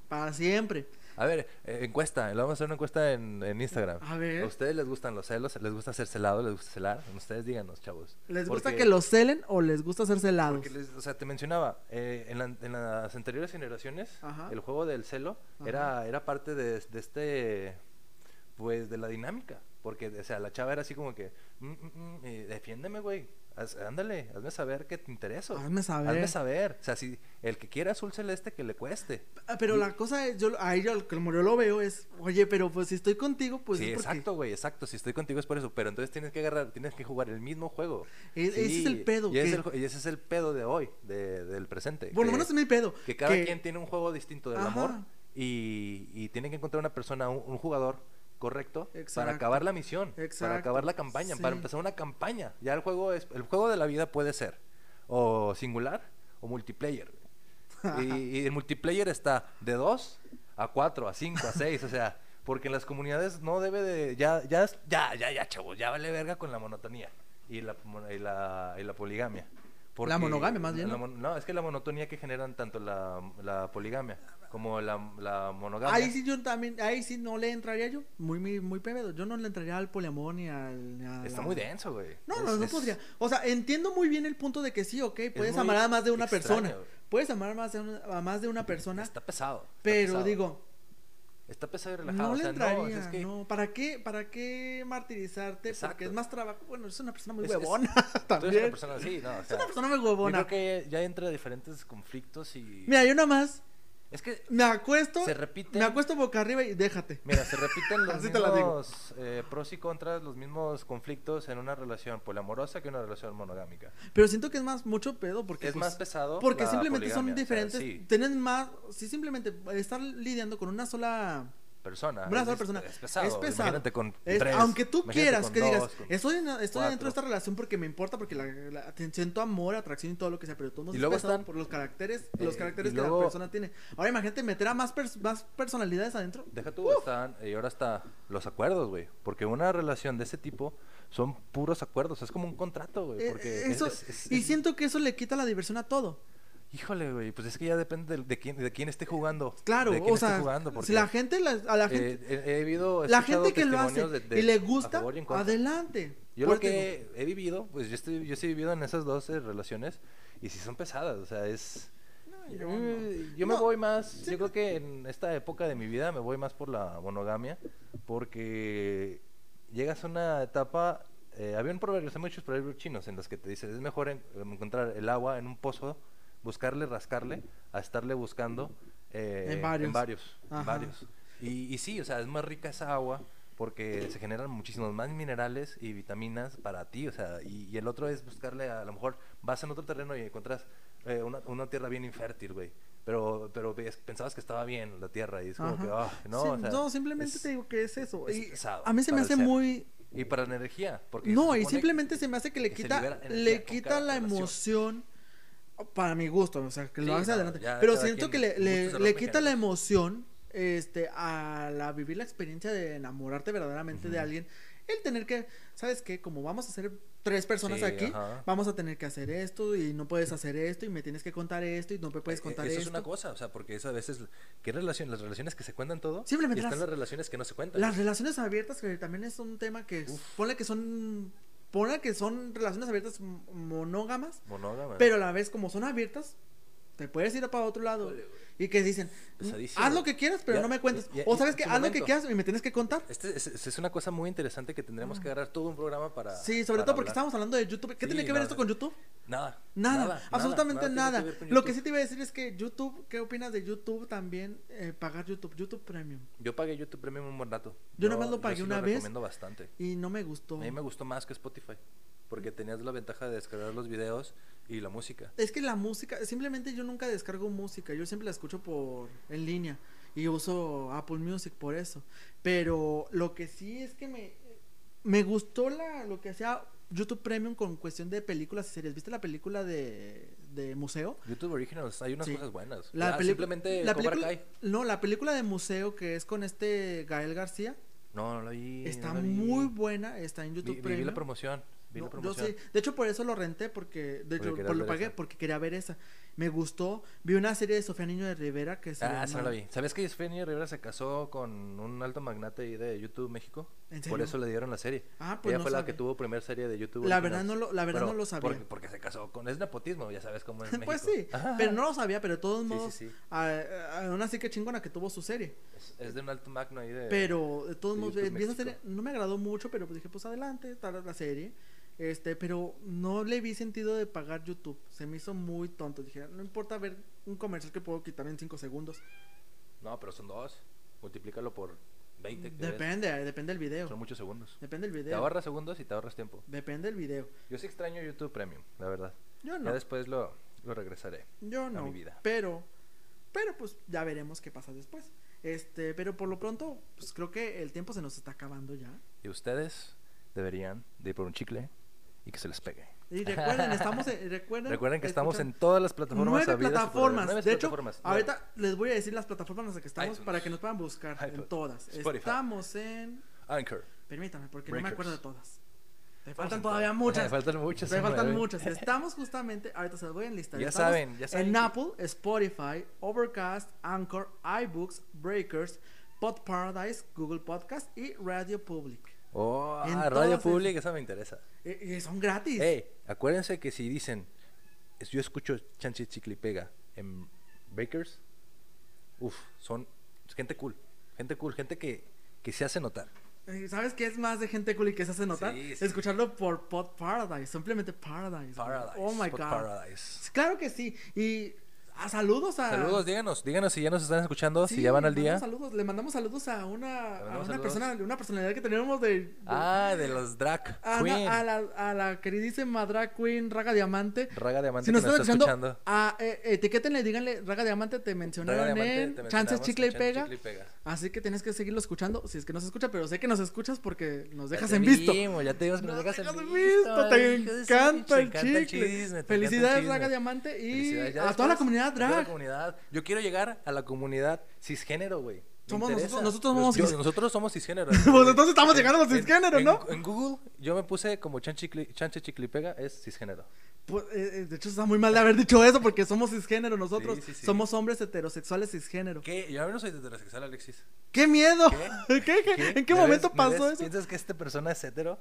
S3: para siempre.
S2: A ver, eh, encuesta. Le vamos a hacer una encuesta en, en Instagram.
S3: A ver.
S2: ustedes les gustan los celos? ¿Les gusta ser celado? ¿Les gusta celar? Ustedes díganos, chavos.
S3: ¿Les gusta
S2: Porque-
S3: que los celen o les gusta ser celados?
S2: porque les- o sea, te mencionaba, eh, en, la- en las anteriores generaciones,
S3: Ajá.
S2: el juego del celo era, era parte de, de este, pues, de la dinámica. Porque, o sea, la chava era así como que, "Mm, mm, mm, eh, defiéndeme, güey. Haz- ándale, hazme saber que te intereso.
S3: Hazme saber.
S2: Hazme saber. O sea, si el que quiera azul celeste, que le cueste.
S3: Ah, Pero la cosa es, yo, ahí yo, como yo lo veo, es, oye, pero pues si estoy contigo, pues
S2: sí,
S3: es porque
S2: exacto, güey, exacto. Si estoy contigo es por eso. Pero entonces tienes que agarrar, tienes que jugar el mismo juego.
S3: E- ese es
S2: Sí,
S3: el pedo,
S2: Y, es
S3: que-
S2: el ju- y ese es el pedo de hoy, de- del presente.
S3: Por lo
S2: que-
S3: menos es mi pedo.
S2: que cada quien tiene un juego distinto del
S3: Ajá.
S2: amor y, y tienen que encontrar una persona, un, un jugador correcto
S3: Exacto.
S2: para acabar la misión,
S3: Exacto.
S2: para acabar la campaña, para
S3: Sí.
S2: empezar una campaña. Ya el juego es el juego de la vida puede ser o singular o multiplayer. Y, y el multiplayer está de 2 a 4, a 5, a 6, o sea, porque en las comunidades no debe de ya ya es- ya ya ya chavos, ya vale verga con la monotonía y la y la, y la poligamia. Porque
S3: monogamia, más bien,
S2: la
S3: ¿no?
S2: mon- no, es que la monotonía que generan tanto la, la poligamia como la, la monogamia.
S3: Ahí sí yo también, ahí sí no le entraría yo, muy, muy, muy pedo. Yo no le entraría al poliamor ni al... ni a
S2: Está
S3: la-
S2: muy denso, güey.
S3: No,
S2: Es-
S3: no, no
S2: es-
S3: podría. O sea, entiendo muy bien el punto de que sí, ok, puedes
S2: muy
S3: amar a más de una
S2: extraño,
S3: persona.
S2: güey.
S3: Puedes amar a más de una, a más de una persona,
S2: Está pesado. está
S3: pero
S2: pesado.
S3: digo,
S2: Está pesado y relajado.
S3: no
S2: o
S3: le
S2: sea,
S3: entraría,
S2: no, es que-
S3: no. ¿Para qué, para qué martirizarte? Porque
S2: Exacto.
S3: es más trabajo. Bueno, es una persona muy
S2: Es- es-
S3: huevona
S2: Tú eres
S3: también.
S2: una persona así, no, o sea,
S3: Es una persona muy
S2: yo
S3: huevona.
S2: creo que ya entra diferentes conflictos y...
S3: Mira, yo nada más
S2: Es que,
S3: Me acuesto.
S2: Se repite.
S3: Me acuesto boca arriba y déjate.
S2: mira, se repiten los
S3: Así te la digo.
S2: mismos eh, pros y contras, los mismos conflictos en una relación poliamorosa que una relación monogámica.
S3: Pero siento que es más mucho pedo porque
S2: es
S3: pues,
S2: más pesado.
S3: Porque
S2: la
S3: simplemente
S2: poligamia,
S3: son
S2: o sea,
S3: diferentes,
S2: sí,
S3: tienen más, sí simplemente estar lidiando con una sola una
S2: persona. Ah, es-
S3: sola persona.
S2: Es pesado.
S3: Es pesado.
S2: Imagínate con
S3: es-
S2: tres,
S3: aunque tú
S2: imagínate
S3: quieras
S2: con
S3: que digas,
S2: dos, con-
S3: estoy, en- estoy
S2: cuatro".
S3: dentro de esta relación porque me importa, porque la, la- te- siento amor, atracción y todo lo que sea, pero todo
S2: Y luego están-
S3: por los caracteres,
S2: Eh,
S3: los caracteres
S2: y
S3: que
S2: luego-
S3: la persona tiene. Ahora imagínate meter a más, pers- más personalidades adentro.
S2: Deja tú, están, y ahora está los acuerdos, güey. Porque una relación de ese tipo son puros acuerdos. Es como un contrato, güey.
S3: Eh,
S2: Porque
S3: eso,
S2: es- es-
S3: y
S2: es-
S3: siento que eso le quita la diversión a todo.
S2: Híjole, güey. Pues es que ya depende del- de, quién, de quién esté jugando.
S3: Claro,
S2: de quién
S3: o
S2: esté
S3: sea,
S2: jugando, porque,
S3: si la gente, la- a la gente,
S2: eh, he, he habido, he
S3: la
S2: escuchado
S3: gente que lo hace
S2: testimonios de- de-
S3: y le
S2: a
S3: gusta,
S2: favor y en contra.
S3: adelante.
S2: Yo
S3: Por eso
S2: lo
S3: te digo.
S2: que he vivido, pues yo, estoy, yo sí he vivido en esas dos eh, relaciones y sí son pesadas, o sea, es...
S3: yo
S2: Mm,
S3: no.
S2: yo me
S3: No,
S2: voy más, yo creo que en esta época de mi vida me voy más por la monogamia, porque llegas a una etapa, eh, había un proverbio, hay muchos proverbios chinos en los que te dicen, es mejor en- encontrar el agua en un pozo, buscarle, rascarle, a estarle buscando eh,
S3: En varios.
S2: En varios, en
S3: Ajá.
S2: varios. Y, y sí, o sea, es más rica esa agua porque se generan muchísimos más minerales y vitaminas para ti, o sea, y, y el otro es buscarle, a, lo mejor vas en otro terreno y encuentras eh, una, una tierra bien infértil, güey, pero, pero ves- pensabas que estaba bien la tierra y es como
S3: Ajá.
S2: que, ah, no,
S3: Sí,
S2: o sea,
S3: no, simplemente
S2: es-
S3: te digo que es eso.
S2: es
S3: Y
S2: pesado
S3: a mí se me
S2: para el
S3: hace
S2: ser.
S3: muy...
S2: Y para la energía, porque... se
S3: No, y
S2: supone
S3: simplemente se me hace que le
S2: que se
S3: quita,
S2: libera energía
S3: le
S2: con
S3: quita
S2: cada
S3: la
S2: relación.
S3: emoción para mi gusto, o sea, que
S2: Sí,
S3: lo hagas
S2: no,
S3: adelante.
S2: ya
S3: Pero
S2: cada
S3: siento que
S2: quien
S3: le, le-
S2: gustos se
S3: le
S2: rompen
S3: quita la
S2: géneros.
S3: emoción este, a la vivir la experiencia de enamorarte verdaderamente de
S2: Ujú.
S3: alguien. El tener que, ¿sabes qué? Como vamos a ser tres personas
S2: Sí,
S3: aquí,
S2: ajá.
S3: vamos a tener que hacer esto y no puedes hacer esto y me tienes que contar esto y no me puedes
S2: Eh,
S3: contar
S2: Eso
S3: esto.
S2: es una cosa, o sea, porque eso a veces, ¿qué relación? Las relaciones que se cuentan todo,
S3: Simplemente
S2: y están
S3: las-
S2: las relaciones que no se cuentan.
S3: Las relaciones abiertas, que también es un tema que
S2: Uf.
S3: ponle que son. Ponle que son relaciones abiertas m- monógamas,
S2: Monógamas.
S3: pero a la vez, como son abiertas, te puedes ir para otro lado. Y que dicen, "Mm,
S2: Pesadísimo.
S3: haz lo que quieras, pero
S2: Ya,
S3: no me cuentes.
S2: ya,
S3: o
S2: y-
S3: sabes
S2: en
S3: que
S2: su
S3: haz lo que
S2: momento.
S3: quieras y me tienes que contar.
S2: Este es, es- es una cosa muy interesante que tendremos que agarrar todo un programa para.
S3: Mm. Sí, sobre
S2: para
S3: todo porque
S2: hablar.
S3: estamos hablando de YouTube. ¿Qué
S2: Sí,
S3: tiene que ver
S2: no,
S3: esto con YouTube?
S2: Nada.
S3: Nada, absolutamente
S2: tiene que
S3: nada.
S2: ver con
S3: Lo que sí
S2: YouTube.
S3: te iba a decir es que YouTube, ¿qué opinas de YouTube también? eh, pagar YouTube, YouTube Premium.
S2: Yo pagué YouTube Premium un buen rato.
S3: Yo nomás lo pagué
S2: sí
S3: una vez.
S2: recomiendo bastante.
S3: Y no me gustó.
S2: A mí me gustó más que Spotify.
S3: Mm.
S2: Porque tenías la ventaja de descargar los videos y la música.
S3: Es que la música, simplemente yo nunca descargo música, yo siempre la escucho por en línea y uso Apple Music por eso. Pero lo que sí es que me me gustó la lo que hacía YouTube Premium con cuestión de películas y series. ¿Viste la película de de museo?
S2: YouTube Originals, hay unas
S3: Sí.
S2: cosas buenas.
S3: La
S2: Ah,
S3: peli-
S2: simplemente
S3: la
S2: Cobra
S3: película,
S2: Kai.
S3: No, la película de museo que es con este Gael García
S2: No, no la vi. no
S3: está
S2: la vi.
S3: muy buena, está en
S2: Vi-
S3: YouTube
S2: vi- Vi,
S3: Premium.
S2: la promoción. Vi
S3: No,
S2: la
S3: yo
S2: promoción.
S3: sí, de hecho por eso lo renté, porque de
S2: Porque
S3: hecho
S2: querías
S3: por lo
S2: ver
S3: pagué
S2: esa.
S3: porque quería ver esa. Me gustó, vi una serie de Sofía Niño de Rivera que se
S2: Ah, esa no
S3: llama-
S2: la vi. ¿Sabías que Eugenio Rivera se casó con un alto magnate ahí de YouTube México?
S3: ¿En serio?
S2: Por eso le dieron la serie.
S3: Ah, pues
S2: Ella
S3: no
S2: fue la
S3: sabía.
S2: que tuvo primera serie de YouTube.
S3: La
S2: Originals.
S3: verdad no lo- la verdad no lo sabía.
S2: Porque, porque se casó con... Es nepotismo, ya sabes cómo es México.
S3: Pues sí,
S2: Ajá.
S3: pero no lo sabía, pero de todos
S2: Sí, sí,
S3: modos,
S2: sí.
S3: a- a- aún así que chingona que tuvo su serie.
S2: Es, es de un alto magno ahí de...
S3: Pero de todos
S2: de
S3: modos, eh,
S2: YouTube
S3: vi esa
S2: Eh, pues México.
S3: serie, no me agradó mucho, pero pues dije, pues adelante, tarda la serie. Este, pero no le vi sentido de pagar YouTube. Se me hizo muy tonto. Dije, no importa ver un comercial que puedo quitar en 5 segundos.
S2: No, pero son dos. Multiplícalo por 20. que ves.
S3: Depende, eh, depende del
S2: Son
S3: video.
S2: muchos segundos.
S3: Depende del
S2: Te
S3: video.
S2: ahorras segundos y te ahorras tiempo.
S3: Depende del video.
S2: Yo sí extraño YouTube Premium, la verdad.
S3: Yo
S2: Ya
S3: Ah, no.
S2: después lo, lo regresaré.
S3: Yo no.
S2: mi vida.
S3: Pero, pero pues ya veremos qué pasa después. Este, pero por lo pronto, pues creo que el tiempo se nos está acabando ya.
S2: Y ustedes deberían de ir por un chicle y que se les pegue.
S3: Y recuerden, estamos en, recuerden,
S2: Recuerden que estamos
S3: escuchar
S2: en todas las plataformas.
S3: nueve
S2: habidas y por haber.
S3: plataformas.
S2: Nueve
S3: de hecho,
S2: plataformas, nueve.
S3: ahorita les voy a decir las plataformas en las que estamos
S2: iTunes.
S3: para que nos puedan buscar en
S2: iPod.
S3: todas.
S2: Spotify.
S3: Estamos en.
S2: Anchor.
S3: Permítame, porque no me
S2: Breakers.
S3: acuerdo de todas. Me
S2: Estamos
S3: faltan
S2: en
S3: todavía
S2: todas.
S3: muchas.
S2: Me faltan muchas.
S3: Me
S2: son
S3: faltan
S2: nueve.
S3: muchas. Estamos justamente, ahorita se las voy a enlistar.
S2: Ya
S3: Estamos
S2: saben, ya saben
S3: En
S2: que-
S3: Apple, Spotify, Overcast, Anchor, iBooks, Breakers, Pod Paradise, Google Podcast y Radio Public.
S2: Oh, ah,
S3: Entonces-
S2: Radio Public, esa me interesa.
S3: Y, y son gratis.
S2: Ey, acuérdense que si dicen, "Es- yo escucho Chance Chicle y Pega en Bakers, uff, son gente cool. Gente cool, gente que, que se hace notar.
S3: Eh, ¿Sabes qué es más de gente cool y que se hace notar?
S2: Sí, sí.
S3: Escucharlo por Pod Paradise, simplemente Paradise. güey.
S2: Paradise.
S3: Oh my
S2: Pod
S3: God.
S2: Paradise.
S3: Claro que sí. Y Ah, saludos a.
S2: Saludos, díganos, díganos si ya nos están escuchando,
S3: Sí,
S2: si ya van
S3: le
S2: al día.
S3: mandamos Saludos. Le mandamos saludos a una, a
S2: mandamos
S3: una
S2: saludos.
S3: persona, una personalidad que teníamos de. de-
S2: Ah, de los drag
S3: a,
S2: queen.
S3: la, a, la, a la queridísima drag queen Raga Diamante.
S2: Raga Diamante
S3: si nos
S2: que
S3: están
S2: nos está
S3: escuchando,
S2: escuchando.
S3: A, eh, etiquétenle, díganle, Raga Diamante, te mencionaron
S2: Raga Diamante,
S3: en
S2: te
S3: Chances
S2: mencionamos,
S3: Chicle y
S2: Chances,
S3: Pega.
S2: Chicle y Pega.
S3: Así que tienes que seguirlo escuchando, si es que nos escucha, pero sé que nos escuchas porque nos
S2: Ya
S3: dejas
S2: te
S3: en visto.
S2: vimos, ya te vimos que nos
S3: Nos
S2: dejas en
S3: dejas
S2: visto.
S3: en visto, te
S2: hijo de su
S3: encanta
S2: pinche,
S3: el
S2: te encanta
S3: chicle.
S2: chisme, te encanta el
S3: Felicidades,
S2: chisme.
S3: Raga Diamante, y
S2: Felicidades, ya
S3: a toda la
S2: después,
S3: comunidad
S2: a toda la
S3: drag.
S2: comunidad. Yo quiero llegar a la comunidad cisgénero, güey. Me
S3: Somos
S2: interesa.
S3: nosotros- nosotros somos
S2: Yo-
S3: cis-
S2: nosotros somos cisgénero.
S3: Pues entonces estamos llegando a los
S2: En-
S3: cisgénero,
S2: en-
S3: ¿no?
S2: En, Google yo me puse como chanchicli- chanche chiclipega es cisgénero.
S3: Pues, eh, eh, de hecho, está muy mal de haber dicho eso porque somos cisgénero nosotros.
S2: Sí, sí, sí.
S3: Somos hombres heterosexuales cisgénero. ¿Qué,
S2: ¿Qué? Yo a mí no soy heterosexual, Alexis.
S3: miedo?
S2: ¿Qué?
S3: ¿Qué, qué? en qué
S2: ¿Me
S3: momento
S2: ves- me
S3: pasó
S2: ves?
S3: eso?
S2: ¿Piensas que esta persona es hetero?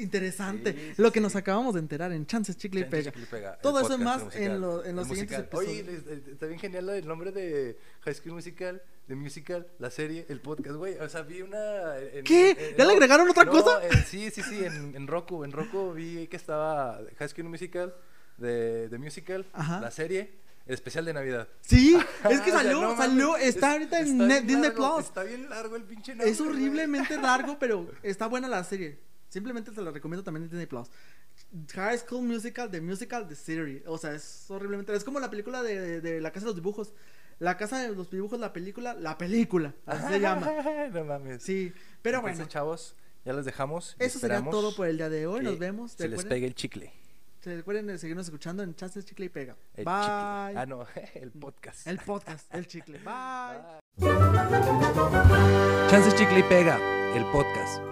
S3: Interesante.
S2: Sí, sí,
S3: Lo que
S2: sí.
S3: nos acabamos de enterar en Chances Chicle y
S2: Chanche
S3: Pega.
S2: Chiclipega, el
S3: Todo eso es
S2: podcast,
S3: más
S2: el musical,
S3: en, lo- en
S2: el
S3: los siguientes
S2: musical.
S3: episodios.
S2: Oye, les- eh, está bien genial el nombre de High School Musical, de Musical, la serie, el podcast, güey. O sea, vi una... eh, en-
S3: ¿Qué?
S2: en-
S3: ¿Ya le agregaron otra
S2: no,
S3: cosa?
S2: en- sí, sí, sí, en, en Roku. En Roku vi que estaba High School Musical, de, de Musical,
S3: Ajá.
S2: la serie, el especial de Navidad.
S3: Sí, es
S2: O
S3: que
S2: sea,
S3: salió,
S2: no mames,
S3: salió.
S2: es-
S3: Está ahorita en
S2: está
S3: Net-
S2: bien
S3: Disney
S2: largo,
S3: Plus.
S2: Está bien largo el pinche nombre,
S3: Es horriblemente largo, pero está buena la serie. Simplemente te la recomiendo también en Disney Plus. High School Musical, The Musical, The Series. O sea, es horriblemente. Es como la película de, de- de La Casa de los Dibujos. La Casa de los Dibujos, la película, la película. Así se llama.
S2: no mames.
S3: Sí, pero
S2: Entonces,
S3: bueno.
S2: chavos, ya los dejamos. y
S3: Eso será
S2: esperamos
S3: todo por el día de hoy.
S2: que
S3: Nos vemos.
S2: Se les
S3: Recuerden-
S2: pegue el chicle.
S3: se recuerden de seguirnos escuchando en Chances Chicle y Pega.
S2: El
S3: Bye.
S2: chicle. Ah, no, el podcast.
S3: El podcast, el chicle. Bye.
S2: Chances Chicle y Pega, el podcast.